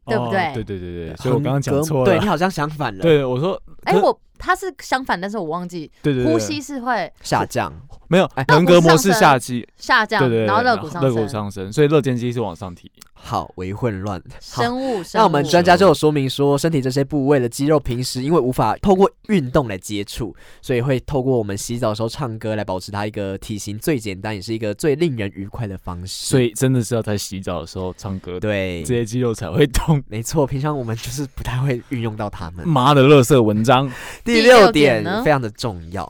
[SPEAKER 1] 对不
[SPEAKER 3] 哦
[SPEAKER 1] 对
[SPEAKER 3] 对对对对，所以我刚刚
[SPEAKER 2] 横
[SPEAKER 3] 讲
[SPEAKER 2] 膈
[SPEAKER 3] 错
[SPEAKER 2] 对
[SPEAKER 3] 了
[SPEAKER 2] 你。好像相反了，
[SPEAKER 3] 对，我说，
[SPEAKER 1] 哎，
[SPEAKER 3] 可
[SPEAKER 1] 我它是相反，但是我忘记
[SPEAKER 3] 对对对，
[SPEAKER 1] 呼吸是会
[SPEAKER 2] 下降。
[SPEAKER 3] 没有
[SPEAKER 2] 哎
[SPEAKER 3] 横膈膜是下肌，
[SPEAKER 1] 下
[SPEAKER 3] 对
[SPEAKER 1] 降
[SPEAKER 3] 对，对，
[SPEAKER 1] 然后肋骨
[SPEAKER 3] 然
[SPEAKER 1] 上
[SPEAKER 3] 后肋骨
[SPEAKER 1] 升，
[SPEAKER 3] 上升，所以肋间肌是往上提。
[SPEAKER 2] 好，为混乱。好
[SPEAKER 1] 生物生
[SPEAKER 2] 那我们
[SPEAKER 1] 物
[SPEAKER 2] 专家就有说明说，身体这些部位的肌肉平时因为无法透过运动来接触，所以会透过我们洗澡的时候唱歌来保持它一个体型最简单，也是一个最令人愉快的方式。
[SPEAKER 3] 所以真的是要在洗澡的时候唱歌，
[SPEAKER 2] 对
[SPEAKER 3] 这，些肌肉才会动。
[SPEAKER 2] 没错，平常我们就是不太会运用到它们。
[SPEAKER 3] 妈的，乐色文章，
[SPEAKER 2] 第
[SPEAKER 1] 第
[SPEAKER 2] 六
[SPEAKER 1] 六
[SPEAKER 2] 点
[SPEAKER 1] 点呢
[SPEAKER 2] 非常的重要，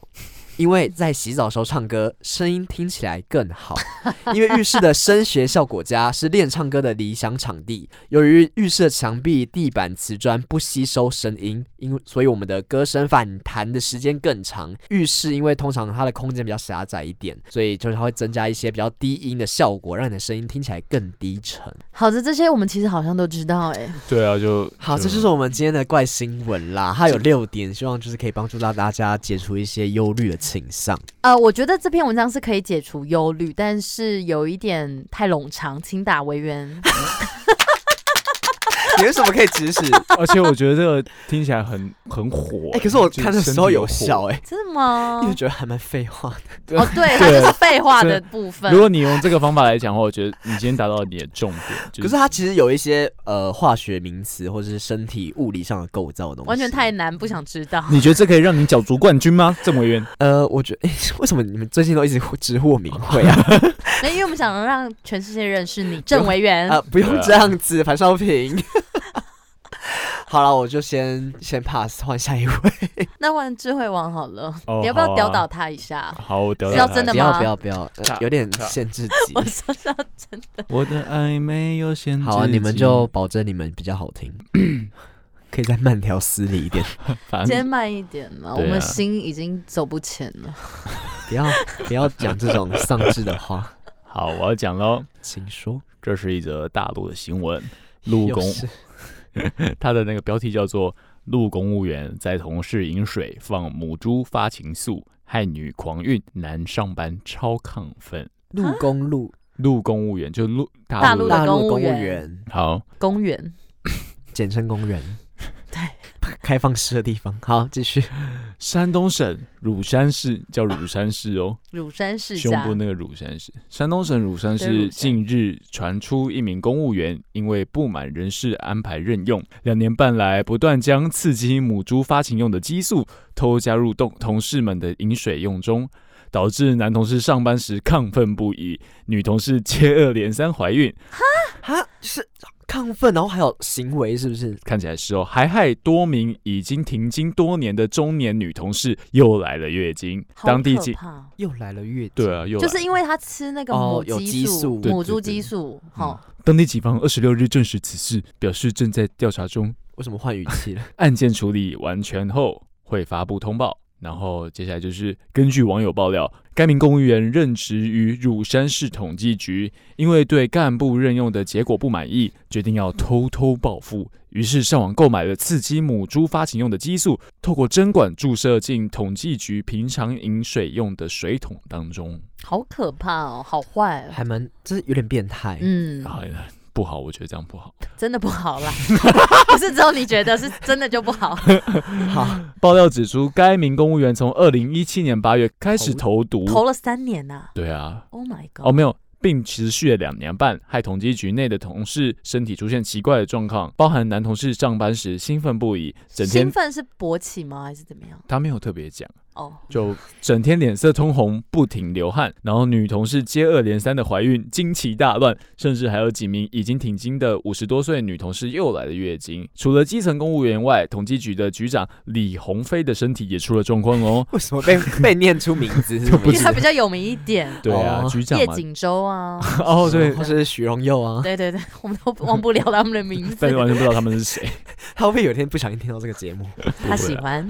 [SPEAKER 2] 因为在洗澡的时候唱歌，声音听起来更好。 因为浴室的声学效果佳是练唱歌的理想场地。由于浴室的墙壁、地板、瓷砖不吸收声音，因为所以我们的歌声反弹的时间更长。浴室因为通常它的空间比较狭窄一点，所以就是它会增加一些比较低音的效果，让你的声音听起来更低沉。
[SPEAKER 1] 好的这些我们其实好像都知道哎。
[SPEAKER 3] 对啊，就
[SPEAKER 2] 好，这就是我们今天的怪新闻啦。它有六点，希望就是可以帮助到大家解除一些忧虑的倾向。
[SPEAKER 1] 呃，我觉得这篇文章是可以解除忧虑，但是有一点太冗长，请打为 原。
[SPEAKER 2] 你为什么可以指使？
[SPEAKER 3] 而且我觉得这个听起来很很火。
[SPEAKER 2] 哎、可是我看的时候有笑、
[SPEAKER 3] 哎。
[SPEAKER 2] 哎、
[SPEAKER 1] 真的吗
[SPEAKER 2] 因为？觉得还蛮废话的。
[SPEAKER 1] 哦，对，它就是废话的
[SPEAKER 3] 对
[SPEAKER 1] 部
[SPEAKER 3] 如
[SPEAKER 1] 分。
[SPEAKER 3] 果你用这个方法来讲的话，我觉得你今天达到你的重点。就
[SPEAKER 2] 可是它其实有一些呃化学名词或者是身体物理上的构造的东西，
[SPEAKER 1] 完全太难，不想知道。
[SPEAKER 3] 你觉得这可以让你角逐冠军吗？郑委员，
[SPEAKER 2] 呃，我觉得、哎，为什么你们最近都一直直呼我名讳 啊？
[SPEAKER 1] 那因为我们想让
[SPEAKER 2] 呃
[SPEAKER 3] 啊
[SPEAKER 1] 全世界认识你，郑维元
[SPEAKER 2] 啊，不用这样子，樊少平。 好了，我就先先 pass，换下一位。
[SPEAKER 1] 那换智慧王好了，
[SPEAKER 3] 哦
[SPEAKER 1] 你要不要
[SPEAKER 3] 好啊
[SPEAKER 1] 吊打他一下？
[SPEAKER 3] 好，我屌
[SPEAKER 1] 是
[SPEAKER 3] 到
[SPEAKER 1] 要
[SPEAKER 3] 他
[SPEAKER 1] 真的
[SPEAKER 2] 不
[SPEAKER 1] 吗
[SPEAKER 2] 要不要不要，呃
[SPEAKER 3] 好
[SPEAKER 2] 有点限制级
[SPEAKER 1] 我。说是要真的，
[SPEAKER 3] 我的爱没有限制。
[SPEAKER 2] 好啊，你们就保证你们比较好听， 可以再慢条斯理 一点，
[SPEAKER 3] 反
[SPEAKER 1] 今天慢一点嘛，我
[SPEAKER 3] 对啊
[SPEAKER 1] 们心已经走不前了。
[SPEAKER 2] 不要不要讲这种丧志的话，
[SPEAKER 3] 好，我要讲喽。
[SPEAKER 2] 请说。
[SPEAKER 3] 这是一则大陆的新闻，陆 公
[SPEAKER 2] 又是
[SPEAKER 3] 它的那个标题叫做“陆公务员在同事饮水放母猪发情素，害女狂孕，男上班超亢奋
[SPEAKER 2] 陆公路”。
[SPEAKER 3] 陆公务员就陆
[SPEAKER 1] 大
[SPEAKER 3] 大
[SPEAKER 1] 啊陆
[SPEAKER 3] 陆
[SPEAKER 1] 的
[SPEAKER 2] 大陆
[SPEAKER 1] 公务
[SPEAKER 2] 公务
[SPEAKER 1] 员
[SPEAKER 2] 员，
[SPEAKER 3] 好，
[SPEAKER 1] 公园
[SPEAKER 2] 简称公园，
[SPEAKER 1] 对，
[SPEAKER 2] 开放式的地方。好，继续。
[SPEAKER 3] 山东省乳山市叫乳山市哦，
[SPEAKER 1] 乳山世
[SPEAKER 3] 胸
[SPEAKER 1] 家
[SPEAKER 3] 部那个乳山市，山东省乳山
[SPEAKER 1] 对乳山
[SPEAKER 3] 市近日传出一名公务员因为不满人事安排任用，两年半来不断将刺激母猪发情用的激素偷加入同同事们的饮水用中，导致男同事上班时亢奋不已，女同事接二连三怀孕，
[SPEAKER 2] 哈，是亢奋，然后还有行为，是不是？
[SPEAKER 3] 看起来是哦，还害多名已经停经多年的中年女同事又来了月经，
[SPEAKER 1] 好
[SPEAKER 3] 当地
[SPEAKER 1] 可
[SPEAKER 3] 警
[SPEAKER 1] 怕哦
[SPEAKER 2] 又来了月经，
[SPEAKER 3] 对啊，又
[SPEAKER 1] 就
[SPEAKER 3] 来
[SPEAKER 1] 是因为他吃那个
[SPEAKER 2] 哦
[SPEAKER 1] 母
[SPEAKER 2] 有
[SPEAKER 1] 激
[SPEAKER 2] 激
[SPEAKER 1] 素、
[SPEAKER 2] 素
[SPEAKER 3] 对
[SPEAKER 1] 母
[SPEAKER 3] 对
[SPEAKER 1] 猪
[SPEAKER 3] 对
[SPEAKER 1] 激素，好，
[SPEAKER 3] 当地警方二十六日证实此事，表示正在调查中。
[SPEAKER 2] 为什么换语气了？
[SPEAKER 3] 案件处理完全后会发布通报。然后接下来就是根据网友爆料，该名公务员任职于乳山市统计局，因为对干部任用的结果不满意，决定要偷偷报复，于是上网购买了刺激母猪发情用的激素，透过针管注射进统计局平常饮水用的水桶当中。
[SPEAKER 1] 好可怕哦，好坏哦，
[SPEAKER 2] 还蛮，这有点变态。
[SPEAKER 1] 嗯，
[SPEAKER 3] 哎呀，不哎好，我觉得这样不好。
[SPEAKER 1] 真的不好啦， 不是只有你觉得是真的就不 好，
[SPEAKER 2] 好，
[SPEAKER 3] 爆料指出，该名公务员从二零一七年八月开始投毒，
[SPEAKER 1] 投了三年呐
[SPEAKER 3] 对啊，
[SPEAKER 1] ，Oh my
[SPEAKER 3] 哦，
[SPEAKER 1] god，
[SPEAKER 3] 没有，并持续了两年半，害统计局内的同事身体出现奇怪的状况，包含男同事上班时兴奋不已，整
[SPEAKER 1] 兴
[SPEAKER 3] 天
[SPEAKER 1] 奋是勃起吗？还是怎么样？
[SPEAKER 3] 他没有特别讲，
[SPEAKER 1] 哦，
[SPEAKER 3] 就整天脸色通红，不停流汗，然后女同事接二连三的怀孕，经期大乱，甚至还有几名已经停经的五十多岁女同事又来了月经。除了基层公务员外，统计局的局长李鸿飞的身体也出了状况哦。
[SPEAKER 2] 为什么被被念出名字？是
[SPEAKER 1] 因
[SPEAKER 2] 不
[SPEAKER 1] 为
[SPEAKER 2] 是
[SPEAKER 1] 他比较有名一点，
[SPEAKER 3] 对啊，
[SPEAKER 2] 哦
[SPEAKER 3] 局长
[SPEAKER 1] 叶
[SPEAKER 3] 嘛，
[SPEAKER 1] 锦州啊，
[SPEAKER 3] 哦对
[SPEAKER 2] 或，是许荣佑啊，
[SPEAKER 1] 对对 对，我们都忘不了他们的 名字
[SPEAKER 3] 但，是完全不知道他们是谁。
[SPEAKER 2] 他会不会有一天不小心听到这个节目？
[SPEAKER 1] 他喜欢，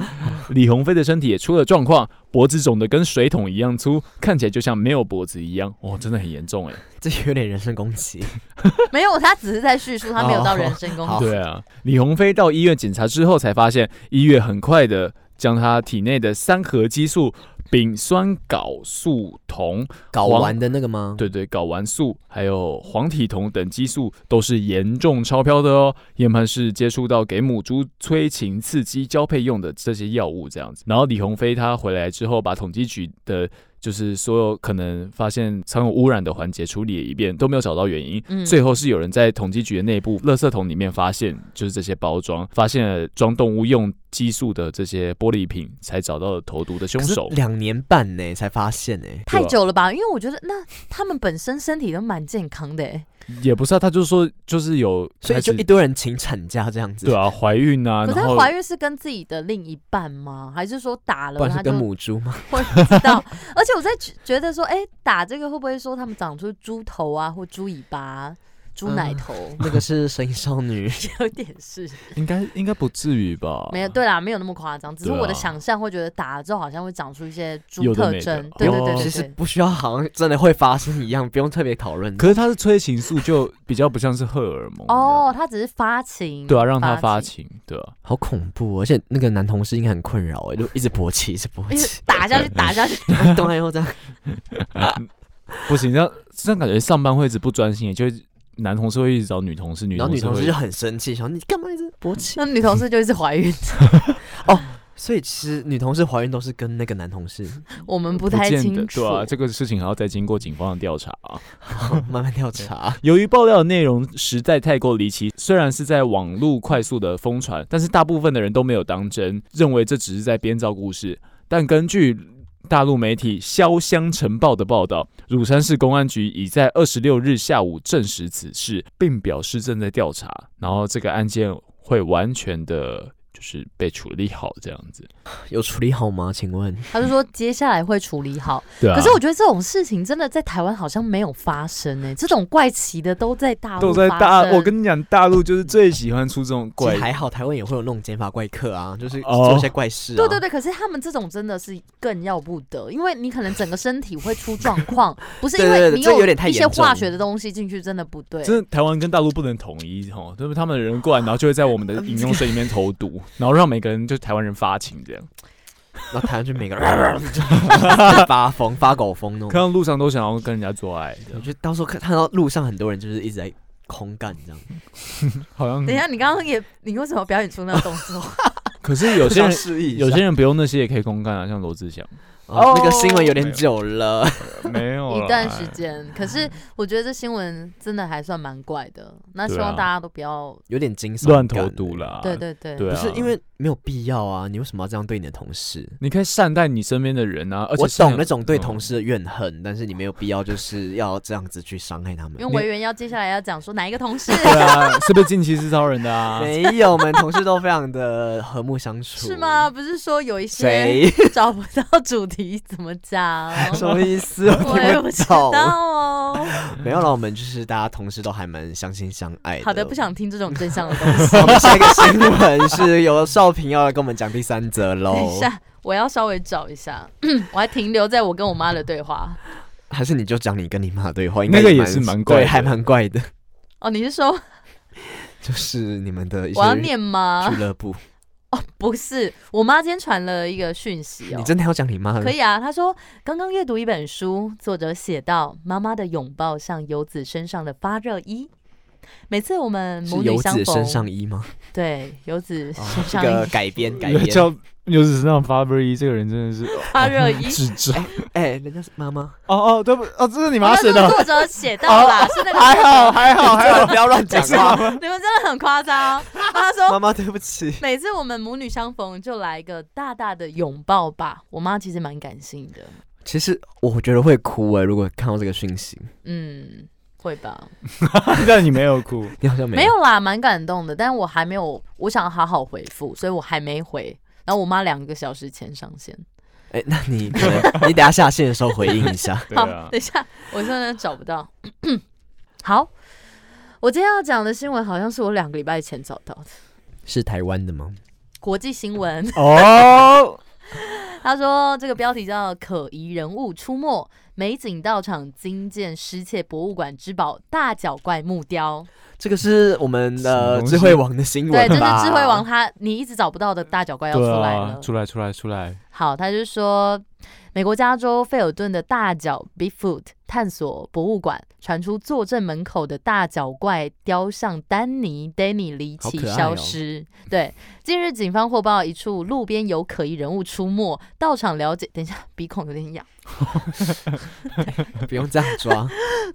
[SPEAKER 3] 李鸿飞的身体也出了状况，脖子肿得跟水桶一样粗，看起来就像没有脖子一样。哇，真的很严重哎。
[SPEAKER 2] 这有点人身攻 击。
[SPEAKER 1] 没有，他只是在叙述，他没有到
[SPEAKER 2] 哦
[SPEAKER 1] 人身攻
[SPEAKER 2] 好
[SPEAKER 1] 击，
[SPEAKER 3] 对啊，李鸿飞到医院检查之后，才发现医院很快的将他体内的三合激素丙酸睾素酮，
[SPEAKER 2] 搞
[SPEAKER 3] 黄
[SPEAKER 2] 完的那个吗？，
[SPEAKER 3] 对对，睾丸素还有黄体酮等激素都是严重超标的哦。研判是接触到给母猪催情刺激交配用的这些药物这样子。然后李鸿飞他回来之后，把统计局的就是所有可能发现藏有污染的环节处理了一遍，都没有找到原因。
[SPEAKER 1] 嗯
[SPEAKER 3] 最后是有人在统计局的内部垃圾桶里面发现，就是这些包装，发现了装动物用激素的这些玻璃瓶，才找到了投毒的凶手。
[SPEAKER 2] 两年半呢才发现呢。
[SPEAKER 1] 太
[SPEAKER 3] 对啊
[SPEAKER 1] 久了吧？因为我觉得那他们本身身体都蛮健康的、欸，
[SPEAKER 3] 也不是啊，他就说就是有开始，
[SPEAKER 2] 所以就一堆人请产假这样子，
[SPEAKER 3] 对啊，怀孕啊，
[SPEAKER 1] 可是
[SPEAKER 3] 然
[SPEAKER 1] 她
[SPEAKER 3] 后
[SPEAKER 1] 怀孕是跟自己的另一半吗？还是说打
[SPEAKER 2] 不
[SPEAKER 1] 了
[SPEAKER 2] 然
[SPEAKER 1] 她
[SPEAKER 2] 是
[SPEAKER 1] 就
[SPEAKER 2] 跟母猪 吗？
[SPEAKER 1] 会不知道？而且我在觉觉得说，哎、打这个会不会说他们长出猪头啊，或猪尾巴啊、猪
[SPEAKER 3] 嗯
[SPEAKER 1] 奶头？
[SPEAKER 2] 那个是神隐少 女，
[SPEAKER 1] 有点是
[SPEAKER 3] 应该应该不至于吧？
[SPEAKER 1] 没有，对啦，没有那么夸张，只是
[SPEAKER 3] 哦对啊
[SPEAKER 1] 我的想象会觉得打了之后好像会长出一些猪
[SPEAKER 3] 有的
[SPEAKER 1] 特
[SPEAKER 3] 没的
[SPEAKER 1] 征
[SPEAKER 3] 哦，
[SPEAKER 1] 对对对
[SPEAKER 3] 哦
[SPEAKER 2] 其
[SPEAKER 1] 对
[SPEAKER 2] 实
[SPEAKER 1] 对，
[SPEAKER 2] 不需要，好像真的会发生一样，不用特别讨论。
[SPEAKER 3] 可是他是催情素，就比较不像是荷尔蒙
[SPEAKER 1] 哦，，他只是发情，
[SPEAKER 3] 嗯啊对啊，让他发
[SPEAKER 1] 情，
[SPEAKER 3] 情，对啊，
[SPEAKER 2] 好恐怖哦，而且那个男同事应该很困扰哎，就一直勃起，一直勃
[SPEAKER 1] 一
[SPEAKER 2] 起
[SPEAKER 1] 直，打下去，打下去，
[SPEAKER 2] 动完以后哦这样，
[SPEAKER 3] 不行，这样这样感觉上班会一直不专心，就会男同事会一直找女同事，女
[SPEAKER 2] 然后
[SPEAKER 3] 同
[SPEAKER 2] 女
[SPEAKER 3] 事
[SPEAKER 2] 同
[SPEAKER 3] 会
[SPEAKER 2] 事就很生气，想说你干嘛一直勃起？
[SPEAKER 1] 那女同事就一直怀孕，
[SPEAKER 2] 所以其实女同事怀孕都是跟那个男同事
[SPEAKER 1] 我们不
[SPEAKER 3] 不
[SPEAKER 1] 太
[SPEAKER 3] 见
[SPEAKER 1] 清
[SPEAKER 3] 得，
[SPEAKER 1] 楚
[SPEAKER 3] 对，啊，这个事情还要再经过警方的调查啊。
[SPEAKER 2] 慢慢调查。
[SPEAKER 3] 由于爆料的内容实在太过离奇，虽然是在网络快速的疯传，但是大部分的人都没有当真，认为这只是在编造故事。但根据大陆媒体《潇湘晨报》的报道，乳山市公安局已在二十六日下午证实此事，并表示正在调查。然后这个案件会完全的，就是被处理好这样子。
[SPEAKER 2] 有处理好吗？请问，
[SPEAKER 1] 他就说接下来会处理好。
[SPEAKER 3] 对啊，
[SPEAKER 1] 可是我觉得这种事情真的在台湾好像没有发生呢、这种怪奇的都在大陆
[SPEAKER 3] 都在大
[SPEAKER 1] 发，生
[SPEAKER 3] 我跟你讲，大陆就是最喜欢出这种
[SPEAKER 2] 其
[SPEAKER 3] 怪
[SPEAKER 2] 实还好，台湾也会有那种减法怪客啊，就是
[SPEAKER 3] 哦
[SPEAKER 2] 做一些怪事、啊
[SPEAKER 1] 对对对，可是他们这种真的是更要不得，因为你可能整个身体会出状况， 不是因
[SPEAKER 2] 对对
[SPEAKER 1] 为
[SPEAKER 2] 对
[SPEAKER 1] 你
[SPEAKER 2] 这有点太
[SPEAKER 1] 一些
[SPEAKER 2] 严重
[SPEAKER 1] 化
[SPEAKER 2] 了
[SPEAKER 1] 学的东西进去，真的不对。
[SPEAKER 3] 真的，台湾跟大陆不能统一吼，对不对？他们的人过来，然后就会在 我们的饮用水里面投毒， 然后让每个人就是台湾人发情这样，
[SPEAKER 2] 然后台湾就每个 人 就是发疯、发狗疯那
[SPEAKER 3] 看
[SPEAKER 2] 种。
[SPEAKER 3] 到路上都想要跟人家做爱，这
[SPEAKER 2] 我
[SPEAKER 3] 样
[SPEAKER 2] 觉得到时候看看到路上很多人就是一直在空干这样，
[SPEAKER 3] 好像
[SPEAKER 1] 等一。下，你刚刚也，你为什么表演出那个动作？
[SPEAKER 3] 可是有些
[SPEAKER 2] 我想
[SPEAKER 3] 人，
[SPEAKER 2] 示意一下
[SPEAKER 3] 有些人不用那些也可以公干啊，像罗志祥，
[SPEAKER 2] 哦那个新闻有
[SPEAKER 3] 没
[SPEAKER 2] 点
[SPEAKER 3] 有
[SPEAKER 2] 久了，
[SPEAKER 3] 没有啦
[SPEAKER 1] 一段时。间，可是我觉得这新闻真的还算蛮怪的。那希
[SPEAKER 3] 对啊
[SPEAKER 1] 望大家都不要，
[SPEAKER 2] 有点惊悚感，
[SPEAKER 3] 乱投毒啦，
[SPEAKER 1] 对对对，
[SPEAKER 3] 对
[SPEAKER 2] 不
[SPEAKER 3] 啊，
[SPEAKER 2] 是因为没有必要啊，你为什么要这样对你的同事？
[SPEAKER 3] 你可以善待你身边的人啊，而且
[SPEAKER 2] 我
[SPEAKER 3] 善
[SPEAKER 2] 懂
[SPEAKER 3] 良
[SPEAKER 2] 那种对
[SPEAKER 3] 嗯
[SPEAKER 2] 同事的怨恨，但是你没有必要就是要这样子去伤害他们
[SPEAKER 1] 因为。委员要接下来要讲说哪一个同事
[SPEAKER 3] 对啊， 是不是近期是招人的啊？
[SPEAKER 2] 没有，我们同事都非常的和睦相处。
[SPEAKER 1] 是 吗？？不是说有一些
[SPEAKER 2] 谁？
[SPEAKER 1] 找不到主题怎么 讲？
[SPEAKER 2] 什么意思？我
[SPEAKER 1] 我也
[SPEAKER 2] 听
[SPEAKER 1] 不知道
[SPEAKER 2] 懂。
[SPEAKER 1] 哦。
[SPEAKER 2] 没有了，我们就是大家同事都还蛮相亲相爱
[SPEAKER 1] 好
[SPEAKER 2] 的，
[SPEAKER 1] 的，不。想听这种真相的东 西。
[SPEAKER 2] 我们下一个新闻是由少平要来跟我们讲第三则喽
[SPEAKER 1] 等，一下，我要稍微找一 下，我还停留在我跟我妈的对话。
[SPEAKER 2] 还是你就讲你跟你妈的对话？应
[SPEAKER 3] 那
[SPEAKER 2] 该
[SPEAKER 3] 个也
[SPEAKER 2] 也
[SPEAKER 3] 是蛮怪的
[SPEAKER 2] 对，还蛮怪的，
[SPEAKER 1] 哦，你是说
[SPEAKER 2] 就是你们的一些
[SPEAKER 1] 我要念啊吗
[SPEAKER 2] 俱？乐部。
[SPEAKER 1] 不是，我妈今天传了一个讯息哦
[SPEAKER 2] 你。真的要讲你妈了？
[SPEAKER 1] 可以啊，她说刚刚阅读一本书，作者写道：“妈妈的拥抱像游子身上的发热衣。”每次我们
[SPEAKER 2] 是
[SPEAKER 1] 母女
[SPEAKER 2] 游
[SPEAKER 1] 相
[SPEAKER 2] 子
[SPEAKER 1] 逢，
[SPEAKER 2] 身上衣吗？
[SPEAKER 1] 对游子
[SPEAKER 2] 哦
[SPEAKER 1] 身
[SPEAKER 2] 这
[SPEAKER 1] 上
[SPEAKER 2] 个
[SPEAKER 1] 的
[SPEAKER 2] 改编改
[SPEAKER 3] 有
[SPEAKER 2] 编。
[SPEAKER 3] 啊叫有只身上发 b r E，这个人真的是
[SPEAKER 1] 发 热衣。
[SPEAKER 3] 智障。
[SPEAKER 2] 哎，人家是妈妈。
[SPEAKER 3] 哦哦，对不，哦，这是你
[SPEAKER 1] 你
[SPEAKER 3] 妈写的，
[SPEAKER 1] 作者写到
[SPEAKER 2] 哦
[SPEAKER 1] 啦，是那个
[SPEAKER 3] 还好还好还好，
[SPEAKER 2] 不要乱讲话，
[SPEAKER 1] 你们真的很夸 张。哦她说
[SPEAKER 2] 妈妈对不起。
[SPEAKER 1] 每次我们母女相逢，就来一个大大的拥抱吧。我妈其实蛮感性的，
[SPEAKER 2] 其实我觉得会哭哎，如果看到这个讯息，
[SPEAKER 1] 嗯，会吧？
[SPEAKER 3] 但你没有哭。
[SPEAKER 2] 你好像
[SPEAKER 1] 没有啦，蛮感动的，但我还没有，我想好好回复，所以我还没回。然后我妈两个小时前上线。
[SPEAKER 2] 哎，那你可能你等下下线的时候回应一 下。
[SPEAKER 3] 对
[SPEAKER 1] 好，
[SPEAKER 3] 啊，
[SPEAKER 1] 等一下，我真的找不到。好，我今天要讲的新闻好像是我两个礼拜前找到的
[SPEAKER 2] 是台湾的吗？
[SPEAKER 1] 国际新闻。
[SPEAKER 3] 哦，
[SPEAKER 1] 他说这个标题叫“可疑人物出没，美景到场惊见失窃博物馆之宝大脚怪木雕
[SPEAKER 2] 这个是我们
[SPEAKER 3] 什么
[SPEAKER 2] 的
[SPEAKER 3] 东西
[SPEAKER 2] 智慧王的”。新
[SPEAKER 1] 对，
[SPEAKER 2] 闻
[SPEAKER 1] 这是
[SPEAKER 2] 吧？
[SPEAKER 1] 智慧王他你一直找不到的大脚 怪要出
[SPEAKER 3] 对
[SPEAKER 1] 来
[SPEAKER 3] 啊
[SPEAKER 1] 了，。
[SPEAKER 3] 出来出来 出来，
[SPEAKER 1] 好，他就说美国加州费尔顿的大脚 Bigfoot 探索博物馆传出坐镇门口的大脚怪雕像丹尼 Danny 离
[SPEAKER 2] 好
[SPEAKER 1] 奇
[SPEAKER 2] 可爱
[SPEAKER 1] 消
[SPEAKER 2] 哦
[SPEAKER 1] 失。对，近日警方获报一处路边有可疑人物出没，到场了解。等一下，鼻孔有点痒。
[SPEAKER 2] 不用这样抓。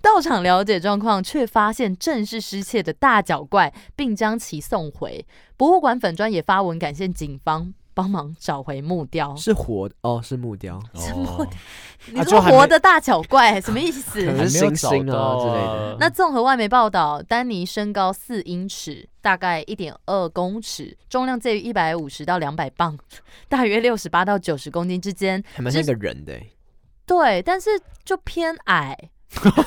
[SPEAKER 1] 到场了解状况，却发现正是失窃的大脚怪，并将其送回。博物馆粉专也发文感谢警方帮忙找回木雕。
[SPEAKER 2] 是活的哦，是木雕，
[SPEAKER 3] 哦，
[SPEAKER 1] 你
[SPEAKER 2] 啊
[SPEAKER 1] 说
[SPEAKER 2] 就还没
[SPEAKER 1] 活的大脚怪什么意思？
[SPEAKER 2] 可能是星星啊之类的。
[SPEAKER 1] 那综合外媒报道，丹尼身高四英尺，大概一点二公尺，重量介于一百五十到两百磅， 大约六十八到九十公斤之间。
[SPEAKER 2] 还蛮像一个人的欸，
[SPEAKER 1] 对，但是就偏矮。
[SPEAKER 2] 哦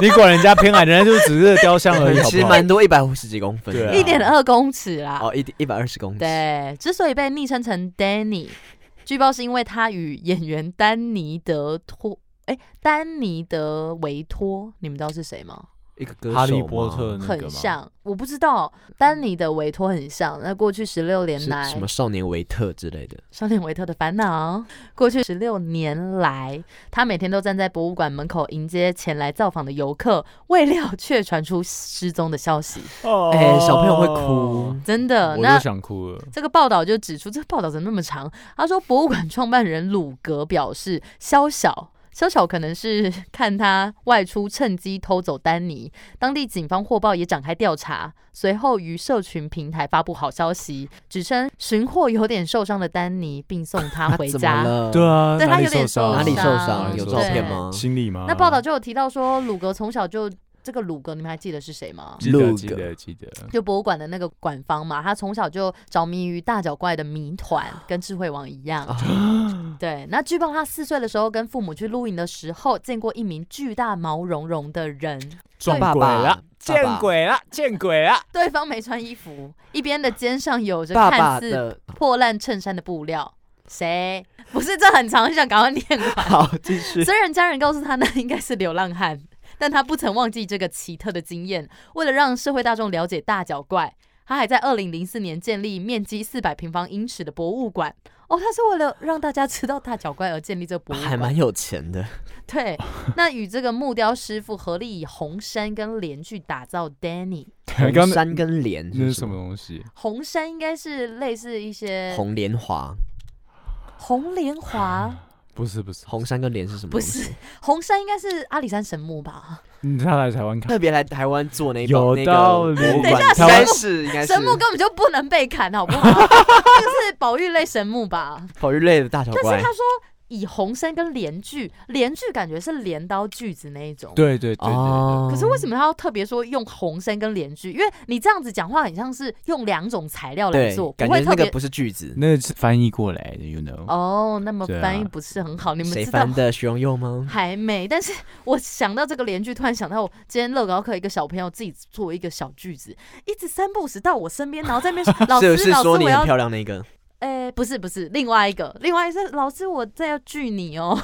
[SPEAKER 3] 你管人家偏矮，人家就只是雕像而已，好
[SPEAKER 2] 其实
[SPEAKER 3] 不好？
[SPEAKER 2] 蛮多，一百五十几公分
[SPEAKER 3] 对啊
[SPEAKER 2] 的，
[SPEAKER 1] 一点二公尺啦，
[SPEAKER 2] 哦，一一百二十公尺。
[SPEAKER 1] 对，之所以被昵称成 Danny，据报是因为他与演员丹尼德托，哎，丹尼德维托，你们知道是谁吗？
[SPEAKER 2] 一个歌手
[SPEAKER 3] 哈利
[SPEAKER 2] 吗
[SPEAKER 3] 波特那个
[SPEAKER 1] 很
[SPEAKER 3] 吗？
[SPEAKER 1] 像，我不知道，丹尼的维托很像。那过去十六年
[SPEAKER 2] 是
[SPEAKER 1] 来
[SPEAKER 2] 什，么少年维特之类的，
[SPEAKER 1] 少年维特的烦恼。过去十六年来，他每天都站在博物馆门口迎接前来造访的游客，未料却传出失踪的 消息。
[SPEAKER 3] 哦
[SPEAKER 2] 哎，小朋友会哭，，
[SPEAKER 1] 真的，
[SPEAKER 3] 我
[SPEAKER 1] 那
[SPEAKER 3] 都想哭了。
[SPEAKER 1] 这个报道就指出，这个报道怎么那么长？他说，博物馆创办人鲁格表示，肖小。肖小可能是看他外出趁机偷走丹尼，当地警方获报也展开调查，随后于社群平台发布好消息，指称寻获有点受伤的丹尼，并送他
[SPEAKER 2] 他
[SPEAKER 1] 回
[SPEAKER 2] 怎么
[SPEAKER 1] 家。
[SPEAKER 2] 了？
[SPEAKER 3] 对啊，
[SPEAKER 1] 对他
[SPEAKER 3] 哪里
[SPEAKER 1] 有点
[SPEAKER 3] 受伤？
[SPEAKER 1] 受
[SPEAKER 2] 哪里受
[SPEAKER 1] 伤
[SPEAKER 2] 伤？有照片吗？
[SPEAKER 3] 心理吗？
[SPEAKER 1] 那报道就有提到说，鲁格从小就这个鲁格，你们还记得是谁吗？
[SPEAKER 3] 记得
[SPEAKER 2] Lug
[SPEAKER 3] 记得记得，
[SPEAKER 1] 就博物馆的那个馆方嘛，他从小就着迷于大脚怪的谜团，跟智慧王一
[SPEAKER 2] 啊
[SPEAKER 1] 样。对，那据报他四岁的时候跟父母去露营的时候，见过一名巨大毛茸茸的人，
[SPEAKER 3] 撞
[SPEAKER 2] 爸
[SPEAKER 3] 鬼
[SPEAKER 2] 爸
[SPEAKER 3] 了，，见鬼了，见鬼了！
[SPEAKER 1] 对方没穿衣服，一边的肩上有着
[SPEAKER 2] 爸爸，爸
[SPEAKER 1] 看
[SPEAKER 2] 爸
[SPEAKER 1] 似
[SPEAKER 2] 的
[SPEAKER 1] 破烂衬衫的布料。谁？不是这很长，很想赶快念完。
[SPEAKER 2] 好继续。
[SPEAKER 1] 虽然家人告诉他那应该是流浪汉，但他不曾忘记这个奇特的经验。为了让社会大众了解大脚怪，他还在二零零四年建立面积四百平方英尺的博物馆。哦，他是为了让大家知道大脚怪而建立这个博物
[SPEAKER 2] 哦还
[SPEAKER 1] 馆
[SPEAKER 2] 蛮。有钱的，
[SPEAKER 1] 对，那与这个木雕师傅合力以红山跟莲去打造 Danny。
[SPEAKER 3] 刚
[SPEAKER 2] 红
[SPEAKER 3] 刚
[SPEAKER 2] 山跟莲
[SPEAKER 3] 那是
[SPEAKER 2] 什
[SPEAKER 3] 什么
[SPEAKER 2] 么？
[SPEAKER 3] 东西？
[SPEAKER 1] 红山应该是类似一些
[SPEAKER 2] 红莲华，
[SPEAKER 1] 红莲华，
[SPEAKER 3] 不是不是，
[SPEAKER 2] 红山跟莲啊是什么？
[SPEAKER 1] 不，是红山，应该是阿里山神木吧？
[SPEAKER 3] 嗯他来台湾看，
[SPEAKER 2] 特别来台湾做那一
[SPEAKER 3] 有
[SPEAKER 2] 帮那
[SPEAKER 3] 道
[SPEAKER 2] 个
[SPEAKER 3] 理
[SPEAKER 2] 博物
[SPEAKER 3] 等一
[SPEAKER 2] 馆，
[SPEAKER 1] 下
[SPEAKER 2] 应该
[SPEAKER 1] 神木
[SPEAKER 2] 是应该是
[SPEAKER 1] 神木根本就不能被砍，好不 好？这是保育类神木吧？
[SPEAKER 2] 保育类的大小
[SPEAKER 1] 但
[SPEAKER 2] 怪
[SPEAKER 1] 是他。说以红山跟连锯，连锯感觉是镰刀锯子那一种。
[SPEAKER 3] 对对对对对，
[SPEAKER 2] 哦，
[SPEAKER 1] 可是为什么他要特别说用红山跟连锯？因为你这样子讲话很像是用两种材料来
[SPEAKER 2] 对
[SPEAKER 1] 做，，不
[SPEAKER 2] 感
[SPEAKER 1] 会
[SPEAKER 2] 觉
[SPEAKER 1] 特
[SPEAKER 2] 那
[SPEAKER 1] 别
[SPEAKER 2] 个不是句子，
[SPEAKER 3] 那是翻译过来的，you know，
[SPEAKER 1] 哦。那么
[SPEAKER 3] 对啊
[SPEAKER 1] 翻译不是很好，你们
[SPEAKER 2] 谁
[SPEAKER 1] 知道
[SPEAKER 2] 翻的？徐荣佑吗？
[SPEAKER 1] 还没，但是我想到这个连句，突然想到我今天乐高课一个小朋友自己做一个小句子，一直三不五时到我身边，然后在那边 说老
[SPEAKER 2] 是
[SPEAKER 1] 师
[SPEAKER 2] 不是
[SPEAKER 1] 老师
[SPEAKER 2] 说
[SPEAKER 1] 我
[SPEAKER 2] 你
[SPEAKER 1] 要
[SPEAKER 2] 很，漂亮那个？
[SPEAKER 1] 哎、不是不是，另外一个，另外一个是老师我在要拒你哦，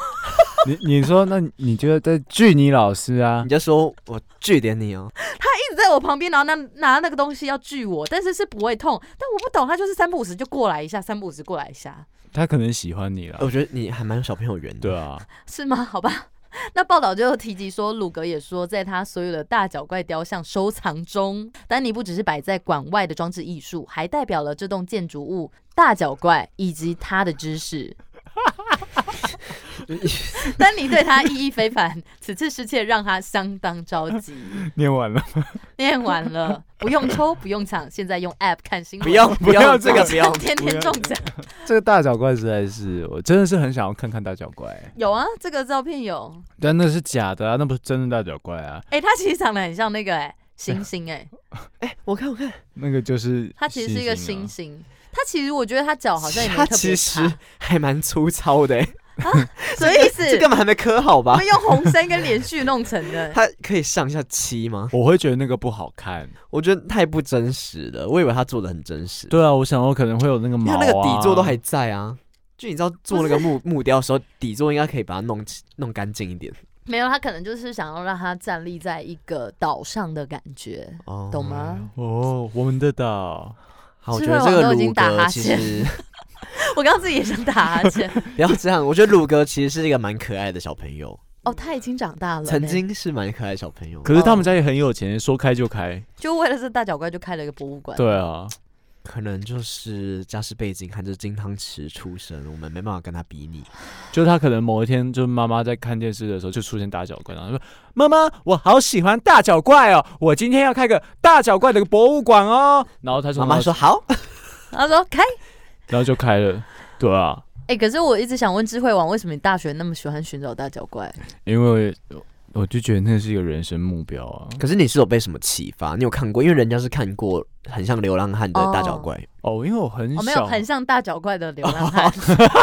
[SPEAKER 3] 你你说，那你觉得在距你老师啊
[SPEAKER 2] 你？就说我据点你哦，
[SPEAKER 1] 一直在我旁边，然后拿拿那个东西要拒我，但是是不会痛，但我不懂，他就是三不五时就过来一下，三不五时过来一下，
[SPEAKER 3] 他可能喜欢你了，
[SPEAKER 2] 我觉得你还蛮有小朋友缘的。
[SPEAKER 3] 对啊，
[SPEAKER 1] 是吗？好吧。 那报道就提及说，鲁格也说，在他所有的大脚怪雕像收藏中，丹尼不只是摆在馆外的装置艺术，还代表了这栋建筑物大脚怪以及他的知识。 丹尼对他意义非凡，此次失窃让他相当着急。
[SPEAKER 3] 念完了，
[SPEAKER 1] 念完了，不用抽，不用抢，现在用 App 看新 闻。，
[SPEAKER 2] 不 用
[SPEAKER 3] 不要
[SPEAKER 2] 用这个
[SPEAKER 3] 这
[SPEAKER 2] 不用
[SPEAKER 1] 天天中奖。
[SPEAKER 3] 这个大脚怪实在是，我真的是很想要看看大脚怪，
[SPEAKER 1] 有啊，这个照片有。
[SPEAKER 3] 但那是假的啊，那不是真的大脚怪啊，
[SPEAKER 1] 哎、他其实长得很像那个哎、星星哎、
[SPEAKER 2] 我看我看，
[SPEAKER 3] 那个就是
[SPEAKER 1] 它其实是一个星
[SPEAKER 3] 星啊
[SPEAKER 1] 星。它其实我觉得它脚好像也没
[SPEAKER 2] 它
[SPEAKER 1] 特
[SPEAKER 2] 啊
[SPEAKER 1] 别
[SPEAKER 2] 其实
[SPEAKER 1] 长，
[SPEAKER 2] 还蛮粗糙的欸，
[SPEAKER 1] 什么意思？
[SPEAKER 2] 这干嘛还没磕好
[SPEAKER 1] 我
[SPEAKER 2] 吧
[SPEAKER 1] 们？用红山跟连续弄成 的。
[SPEAKER 2] 它可以上下漆吗
[SPEAKER 3] 啊。？我会觉得那个不好看，
[SPEAKER 2] 我觉得太不真实了，我以为它做的很真实，
[SPEAKER 3] 对啊，我想我可能会有那个
[SPEAKER 2] 因
[SPEAKER 3] 毛、
[SPEAKER 2] 为
[SPEAKER 3] 啊，
[SPEAKER 2] 那个底座都还在啊。就你知道做 那个木木雕的时候，底座应该可以把它弄起弄干净一点，
[SPEAKER 1] 没有，他可能就是想要让它站立在一个岛上的感觉，
[SPEAKER 2] 哦
[SPEAKER 1] 懂？吗？
[SPEAKER 3] 哦，我们的岛，
[SPEAKER 2] 好，我
[SPEAKER 1] 智
[SPEAKER 2] 觉得
[SPEAKER 1] 慧
[SPEAKER 2] 这
[SPEAKER 1] 王
[SPEAKER 2] 个
[SPEAKER 1] 都已经
[SPEAKER 2] 鲁
[SPEAKER 1] 打哈
[SPEAKER 2] 格其
[SPEAKER 1] 欠
[SPEAKER 2] 实
[SPEAKER 1] 我刚刚自己也想打哈欠。
[SPEAKER 2] 不要这样，我觉得鲁格其实是一个蛮可爱的小朋 友，
[SPEAKER 1] 哦，他已经长大了呢，
[SPEAKER 2] 曾经是蛮可爱的小朋友，
[SPEAKER 3] 可是他们家也很有钱，说开就开，
[SPEAKER 1] 就为了这大脚怪就开了一个博物馆。
[SPEAKER 3] 对啊，
[SPEAKER 2] 可能就是家世背景含着金汤匙出生，我们没办法跟他比拟。
[SPEAKER 3] 就他可能某一天，就妈妈在看电视的时候就出现大脚怪，然后说：“妈妈，我好喜欢大脚怪哦，我今天要开个大脚怪的博物馆哦。”然后他说：“
[SPEAKER 2] 妈妈说，好，
[SPEAKER 1] 他说开。
[SPEAKER 3] 然后就开了。”对啊，
[SPEAKER 1] 哎、可是我一直想问智慧王，为什么你大学那么喜欢寻找大脚怪？
[SPEAKER 3] 因为我就觉得那是一个人生目标啊。
[SPEAKER 2] 可是你是有被什么启发？你有看过？因为人家是看过很像流浪汉的 大脚怪，
[SPEAKER 3] 哦，因为我很
[SPEAKER 1] 我、哦、
[SPEAKER 3] 小，哦
[SPEAKER 1] 没有很像大脚怪的流浪 汉，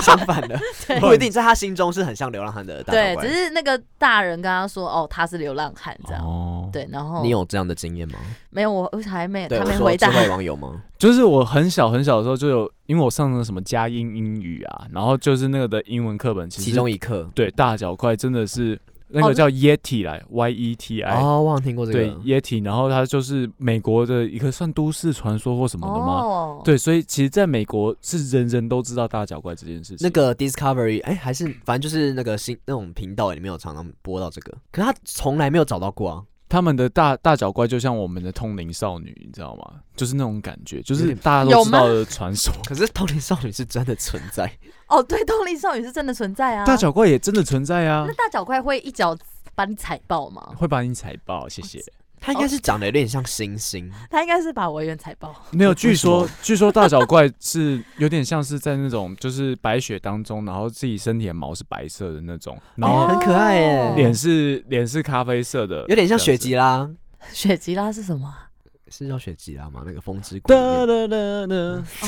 [SPEAKER 2] 相反的，
[SPEAKER 1] 对
[SPEAKER 2] 不一定在他心中是很像流浪汉的大脚
[SPEAKER 1] 对，
[SPEAKER 2] 怪。
[SPEAKER 1] 只是那个大人跟他说，哦，他是流浪汉这样。
[SPEAKER 3] 哦，，
[SPEAKER 1] 对，然后
[SPEAKER 2] 你有这样的经验吗？
[SPEAKER 1] 没有？我我还没，
[SPEAKER 2] 对，
[SPEAKER 1] 他
[SPEAKER 2] 我
[SPEAKER 1] 没
[SPEAKER 2] 说
[SPEAKER 1] 回答。
[SPEAKER 2] 智慧网友 吗？
[SPEAKER 3] 就是我很小很小的时候就有，因为我上了什么佳音英语啊，然后就是那个的英文课本，其实
[SPEAKER 2] 其中一课
[SPEAKER 3] 对大脚怪真的是那
[SPEAKER 1] 哦
[SPEAKER 3] 个叫 Yeti 来 Y E T I。
[SPEAKER 2] 哦，忘了听过这
[SPEAKER 3] 对
[SPEAKER 2] 个。
[SPEAKER 3] Yeti，然后它就是美国的一个算都市传说或什么的吗？
[SPEAKER 1] 哦，
[SPEAKER 3] 对，所以其实在美国是人人都知道大脚怪这件事情。
[SPEAKER 2] 那个 Discovery，哎、还是反正就是那个新那种频道里面有常常播到这个，可是他从来没有找到过啊，
[SPEAKER 3] 他们的大大脚怪就像我们的通灵少女，你知道吗？就是那种感觉，就
[SPEAKER 2] 有
[SPEAKER 3] 是
[SPEAKER 2] 点
[SPEAKER 3] 大家
[SPEAKER 1] 有
[SPEAKER 3] 都知
[SPEAKER 1] 吗
[SPEAKER 3] 道的 传说。
[SPEAKER 2] 可是通灵少女是真的存在，
[SPEAKER 1] 哦，对，动力少女是真的存在啊。
[SPEAKER 3] 大脚怪也真的存在啊
[SPEAKER 1] 那，大脚怪会一脚把你踩爆吗？
[SPEAKER 3] 会把你踩爆，谢谢。
[SPEAKER 2] 它应该是长得有点像星星，
[SPEAKER 1] 他应该是把委员踩爆。
[SPEAKER 3] 没有，据
[SPEAKER 2] 为什么
[SPEAKER 3] 说据说大脚怪是有点像是在那种就是白雪当中，然后自己身体的毛是白色的那种，然
[SPEAKER 2] 哦
[SPEAKER 3] 后
[SPEAKER 2] 很可爱耶
[SPEAKER 3] 脸是脸是咖啡色的，
[SPEAKER 2] 有点像
[SPEAKER 3] 这
[SPEAKER 2] 雪
[SPEAKER 3] 样子。
[SPEAKER 2] 吉拉，
[SPEAKER 1] 雪吉拉是什么啊？
[SPEAKER 2] 是叫雪吉拉吗？那个风之谷里
[SPEAKER 3] 哒
[SPEAKER 2] 面，
[SPEAKER 3] 哒哒哒，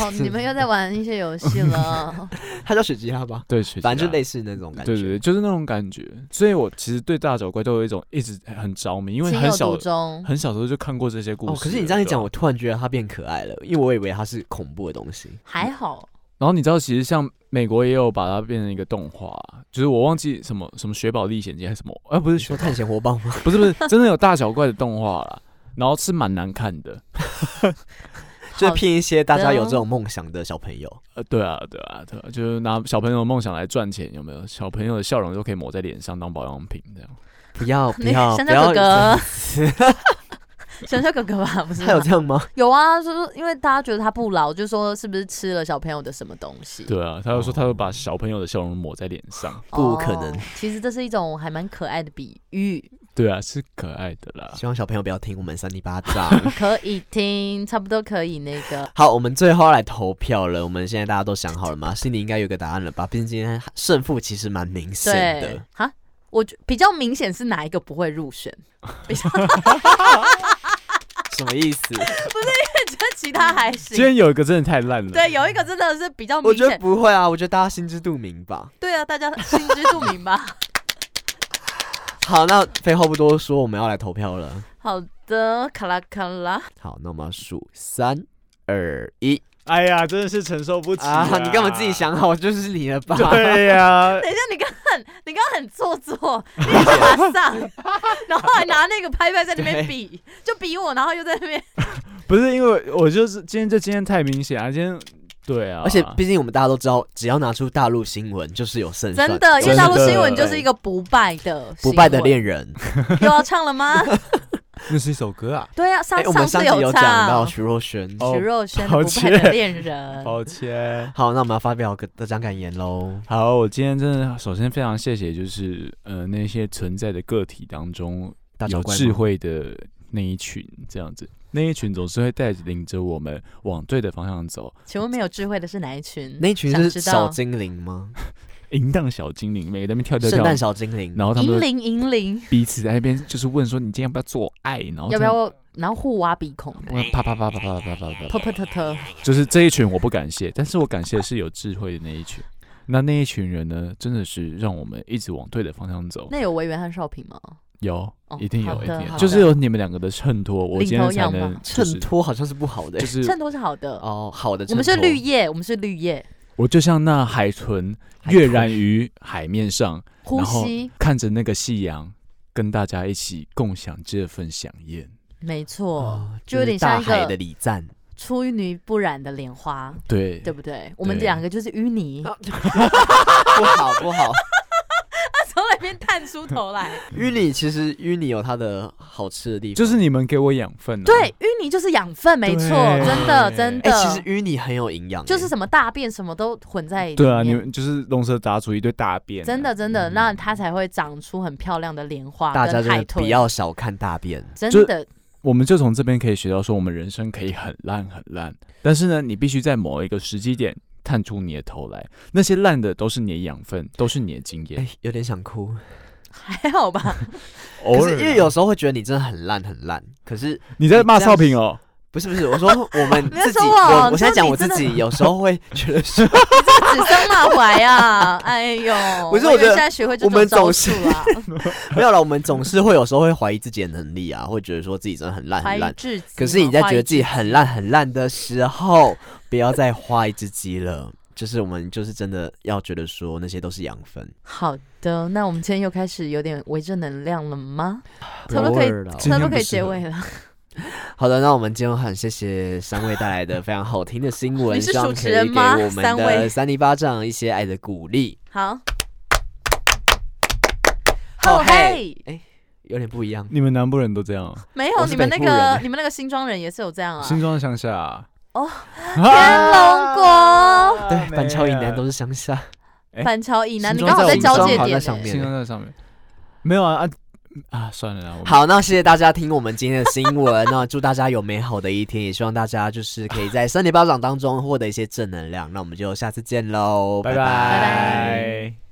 [SPEAKER 1] 哦，你们又在玩一些游戏了。
[SPEAKER 2] 它叫雪吉拉吧？
[SPEAKER 3] 对，雪吉拉
[SPEAKER 2] 反正就类似那种感觉。
[SPEAKER 3] 对对对，就是那种感觉。所以我其实对大脚怪都有一种一直很着 迷，因为
[SPEAKER 1] 情
[SPEAKER 3] 很
[SPEAKER 1] 有
[SPEAKER 3] 小
[SPEAKER 1] 独钟。
[SPEAKER 3] 很小时候就看过这些故事
[SPEAKER 2] 哦
[SPEAKER 3] 了。，
[SPEAKER 2] 可是你这样一
[SPEAKER 3] 对吧啊
[SPEAKER 2] 讲，我突然觉得它变可爱了，因为我以为它是恐怖的东西。
[SPEAKER 1] 还好，
[SPEAKER 3] 然后你知道，其实像美国也有把它变成一个动画，就是我忘记什么什么雪宝历险记还是什么，哎、不是
[SPEAKER 2] 你
[SPEAKER 3] 雪
[SPEAKER 2] 说
[SPEAKER 3] 宝，
[SPEAKER 2] 探险活宝吗？
[SPEAKER 3] 不是不是，真的有大小怪的动画啦。然后是蛮难看的，
[SPEAKER 2] 就是
[SPEAKER 1] 好
[SPEAKER 2] 骗一些大家有
[SPEAKER 1] 的
[SPEAKER 2] 这种梦想的小朋友。
[SPEAKER 3] 呃，对啊，对啊，对啊，就是拿小朋友的梦想来赚钱，有没有？小朋友的笑容都可以抹在脸上当保养品，这样。
[SPEAKER 2] 不 要不
[SPEAKER 1] 那
[SPEAKER 2] 要
[SPEAKER 1] 香
[SPEAKER 2] 不
[SPEAKER 1] 蕉
[SPEAKER 2] 要！
[SPEAKER 1] 哥哥，香蕉哥哥吧，不 是
[SPEAKER 2] 他有
[SPEAKER 1] 吗
[SPEAKER 2] 这样吗？
[SPEAKER 1] 有啊，就是因为大家觉得他不老，就说是不是吃了小朋友的什么东西？
[SPEAKER 3] 对啊，他就说，他会把小朋友的笑容抹在脸上。
[SPEAKER 2] 不可能
[SPEAKER 1] 哦其实这是一种还蛮可爱的比喻，
[SPEAKER 3] 对啊，是可爱的啦。
[SPEAKER 2] 希望小朋友不要听我们三零巴掌。
[SPEAKER 1] 可以听，差不多可以那个。
[SPEAKER 2] 好，我们最后要来投票了。我们现在大家都想好了吗？心里应该有个答案了吧？毕竟今天胜负其实蛮明显
[SPEAKER 1] 对
[SPEAKER 2] 的。，
[SPEAKER 1] 哈，我觉比较明显是哪一个不会 入选，
[SPEAKER 2] 什么意思？
[SPEAKER 1] 这其他还
[SPEAKER 3] 今
[SPEAKER 1] 行。
[SPEAKER 3] 天有一个真的太烂了，
[SPEAKER 1] 对，有一个真的是比较
[SPEAKER 2] 我
[SPEAKER 1] 明
[SPEAKER 2] 觉得
[SPEAKER 1] 显，
[SPEAKER 2] 不会啊，我觉得大家心知肚明吧。
[SPEAKER 1] 对啊，大家心知肚 明吧。
[SPEAKER 2] 好，那废话不多说，我们要来投票了。
[SPEAKER 1] 好的，卡拉卡拉，
[SPEAKER 2] 好，那我们要数三二一
[SPEAKER 3] 哎呀，真的是承受不起
[SPEAKER 2] 啊！你干嘛自己？想啊好 就是你了吧？
[SPEAKER 3] 对呀、
[SPEAKER 1] 等一下，你刚刚很，你刚刚很 做作，你马上，然后还拿那个拍拍在那边
[SPEAKER 2] 对
[SPEAKER 1] 比，就比我，然后又在那边，
[SPEAKER 3] 不是因为我就是今天这今天太明显啊，今天对啊，
[SPEAKER 2] 而且毕竟我们大家都知道，只要拿出大陆新闻，就是有胜算。
[SPEAKER 1] 真的，因为
[SPEAKER 3] 真
[SPEAKER 1] 大陆
[SPEAKER 3] 的
[SPEAKER 1] 新闻就是一个不败的
[SPEAKER 2] 不败的
[SPEAKER 1] 新闻
[SPEAKER 2] 恋人。
[SPEAKER 1] 又要唱了 吗？
[SPEAKER 3] 那是一首歌 啊，
[SPEAKER 1] 对啊，上
[SPEAKER 2] 哎，我
[SPEAKER 1] 上
[SPEAKER 2] 们上
[SPEAKER 1] 次
[SPEAKER 2] 集有
[SPEAKER 1] 唱
[SPEAKER 2] 讲到徐若瑄。
[SPEAKER 3] 哦
[SPEAKER 1] 徐若瑄
[SPEAKER 3] 抱
[SPEAKER 1] 的不败的
[SPEAKER 3] 歉
[SPEAKER 1] 恋 人，
[SPEAKER 3] 抱歉。
[SPEAKER 2] 好，那我们要发表个得奖感言喽。
[SPEAKER 3] 好，我今天真的首先非常谢谢，就是呃那些存在的个体当中
[SPEAKER 2] 大脚
[SPEAKER 3] 有
[SPEAKER 2] 怪吗
[SPEAKER 3] 智慧的那一群，这样子，那一群总是会带领着我们往对的方向走。
[SPEAKER 1] 请问没有智慧的是哪一群？
[SPEAKER 2] 那群
[SPEAKER 1] 想
[SPEAKER 2] 是
[SPEAKER 1] 知
[SPEAKER 2] 小
[SPEAKER 1] 道
[SPEAKER 2] 精灵吗？
[SPEAKER 3] 淫荡小精灵，每个在那边跳跳
[SPEAKER 2] 圣
[SPEAKER 3] 跳
[SPEAKER 2] 诞，小精灵。
[SPEAKER 3] 然后哦他
[SPEAKER 1] 银
[SPEAKER 3] 们
[SPEAKER 1] 铃银铃，
[SPEAKER 3] 彼此在那边就是问说你今天要不要做爱，然后
[SPEAKER 1] 要不
[SPEAKER 3] 在
[SPEAKER 1] 要？然后互挖鼻孔，
[SPEAKER 3] 啪啪啪啪啪啪啪啪
[SPEAKER 1] 特特特特，
[SPEAKER 3] 就是这一群我不感谢，但是我感谢的是有智慧的那一群。那那一群人呢，真的是让我们一直往对的方向走。
[SPEAKER 1] 那有维园和少平吗？
[SPEAKER 3] 有，
[SPEAKER 1] 哦
[SPEAKER 3] 一定
[SPEAKER 1] 好
[SPEAKER 3] 有，
[SPEAKER 1] 的
[SPEAKER 3] 一定
[SPEAKER 1] 好
[SPEAKER 3] 有，
[SPEAKER 1] 的
[SPEAKER 3] 就是有你们两个的衬托，我今天
[SPEAKER 1] 领头
[SPEAKER 3] 才
[SPEAKER 1] 羊
[SPEAKER 3] 能
[SPEAKER 1] 吧
[SPEAKER 3] 就是
[SPEAKER 2] 衬，托好像是不好的欸、
[SPEAKER 3] 就是
[SPEAKER 1] 衬托是好的，
[SPEAKER 2] 哦，好的衬托，
[SPEAKER 1] 我们是绿叶，我们是绿叶，
[SPEAKER 3] 我就像那海豚
[SPEAKER 2] 海豚
[SPEAKER 3] 跃然于海面上，
[SPEAKER 1] 呼
[SPEAKER 3] 然后
[SPEAKER 1] 吸，
[SPEAKER 3] 看着那个夕阳，跟大家一起共享这份享宴。
[SPEAKER 1] 没错，
[SPEAKER 2] 哦，
[SPEAKER 1] 就有点像一
[SPEAKER 2] 就是大海
[SPEAKER 1] 个
[SPEAKER 2] 的礼 赞。
[SPEAKER 1] 出淤泥不染的莲花，
[SPEAKER 3] 对，
[SPEAKER 1] 对不对？我们
[SPEAKER 3] 对
[SPEAKER 1] 两个就是淤 泥，
[SPEAKER 2] 不好不好，
[SPEAKER 1] 从那边探出头来，
[SPEAKER 2] 淤泥其实淤泥有它的好吃的地方，
[SPEAKER 3] 就是你们给我养分、啊。
[SPEAKER 1] 对，，淤泥就是养分，没错，
[SPEAKER 3] 对
[SPEAKER 1] 真的真
[SPEAKER 2] 哎、
[SPEAKER 1] 的，
[SPEAKER 2] 其实淤泥很有营养欸、
[SPEAKER 1] 就是什么大便什么都混在里面，
[SPEAKER 3] 对啊，你们就是龙蛇杂出一堆大便、
[SPEAKER 1] 真的，真的，那它才会长出很漂亮的莲花
[SPEAKER 2] 嗯大家
[SPEAKER 1] 跟
[SPEAKER 2] 真
[SPEAKER 1] 海
[SPEAKER 2] 的不
[SPEAKER 1] 豚。
[SPEAKER 2] 要小看大便，
[SPEAKER 1] 真
[SPEAKER 3] 就
[SPEAKER 1] 的，
[SPEAKER 3] 我们就从这边可以学到说，我们人生可以很烂很烂，但是呢，你必须在某一个时机点探出你的头来。那些烂的都是你的养分，都是你的经验
[SPEAKER 2] 哎、。有点想哭。啊
[SPEAKER 1] 还好吧？
[SPEAKER 3] 偶
[SPEAKER 2] 可
[SPEAKER 3] 尔
[SPEAKER 2] 是因为有时候会觉得你真的很烂很烂，可是
[SPEAKER 3] 你在骂少平哦，
[SPEAKER 2] 不是不是，我说 我们
[SPEAKER 1] 别
[SPEAKER 2] 自己，
[SPEAKER 1] 说我
[SPEAKER 2] 我我现在
[SPEAKER 1] 说
[SPEAKER 2] 讲
[SPEAKER 1] 你
[SPEAKER 2] 我自
[SPEAKER 1] 真的
[SPEAKER 2] 己，有时候会觉得说，
[SPEAKER 1] 指桑骂槐啊！哎呦，
[SPEAKER 2] 不是
[SPEAKER 1] 我以
[SPEAKER 2] 我觉
[SPEAKER 1] 为
[SPEAKER 2] 得
[SPEAKER 1] 现在学会这
[SPEAKER 2] 我们
[SPEAKER 1] 种招
[SPEAKER 2] 总
[SPEAKER 1] 数
[SPEAKER 2] 是
[SPEAKER 1] 啊，
[SPEAKER 2] 没有了，我们总是会有时候会怀疑自己的能力啊，会觉得说自己真的很烂
[SPEAKER 1] 怀
[SPEAKER 2] 很烂
[SPEAKER 1] 疑。自己。
[SPEAKER 2] 可是你在觉得自己很烂很烂的时候，不要再画一只鸡了。就是我们就是真的要觉得说那些都是养 分，
[SPEAKER 1] 好的，那我们今天又开始有点为正能量了吗？
[SPEAKER 2] 不
[SPEAKER 1] 差不多可以
[SPEAKER 2] 要了
[SPEAKER 3] 今
[SPEAKER 1] 差
[SPEAKER 3] 天
[SPEAKER 1] 不多可以
[SPEAKER 3] 不适
[SPEAKER 1] 结
[SPEAKER 3] 合
[SPEAKER 1] 尾了。
[SPEAKER 2] 好的，那我们今天很谢谢三位带来的非常好听的新闻，
[SPEAKER 1] 你是
[SPEAKER 2] 希望
[SPEAKER 1] 主持
[SPEAKER 2] 可以
[SPEAKER 1] 人
[SPEAKER 2] 给
[SPEAKER 1] 吗
[SPEAKER 2] 我们
[SPEAKER 1] 三
[SPEAKER 2] 的
[SPEAKER 1] 位
[SPEAKER 2] 三零巴掌一些爱的鼓励。
[SPEAKER 1] 好，
[SPEAKER 2] 好
[SPEAKER 1] 好嘿，
[SPEAKER 2] 哎，有点不一样。
[SPEAKER 3] 你们南部人都这样哦，
[SPEAKER 1] 没
[SPEAKER 2] 我
[SPEAKER 1] 有
[SPEAKER 2] 是
[SPEAKER 1] 你们那
[SPEAKER 2] 北部人
[SPEAKER 1] 个
[SPEAKER 2] 欸
[SPEAKER 1] 你们那个新庄人也是有这样啊。
[SPEAKER 3] 新庄乡下啊
[SPEAKER 1] 哦，
[SPEAKER 3] 天
[SPEAKER 1] 龙国
[SPEAKER 2] 对，
[SPEAKER 3] 啊
[SPEAKER 2] 板桥以南都是乡下，
[SPEAKER 3] 哎
[SPEAKER 1] 板桥以南，你
[SPEAKER 3] 新
[SPEAKER 1] 刚
[SPEAKER 3] 庄
[SPEAKER 1] 好在
[SPEAKER 3] 在我们
[SPEAKER 1] 交界
[SPEAKER 2] 刚好在
[SPEAKER 1] 点
[SPEAKER 2] 上
[SPEAKER 1] 欸
[SPEAKER 2] 面
[SPEAKER 3] 新庄在上面，没有啊啊，啊，算了啦，我们
[SPEAKER 2] 好，那谢谢大家听我们今天的新闻。 那祝大家有美好的一天，也希望大家就是可以在身体巴掌当中获得一些正能量。那我们就下次见喽，
[SPEAKER 3] 拜
[SPEAKER 2] 拜
[SPEAKER 1] 拜
[SPEAKER 3] 拜。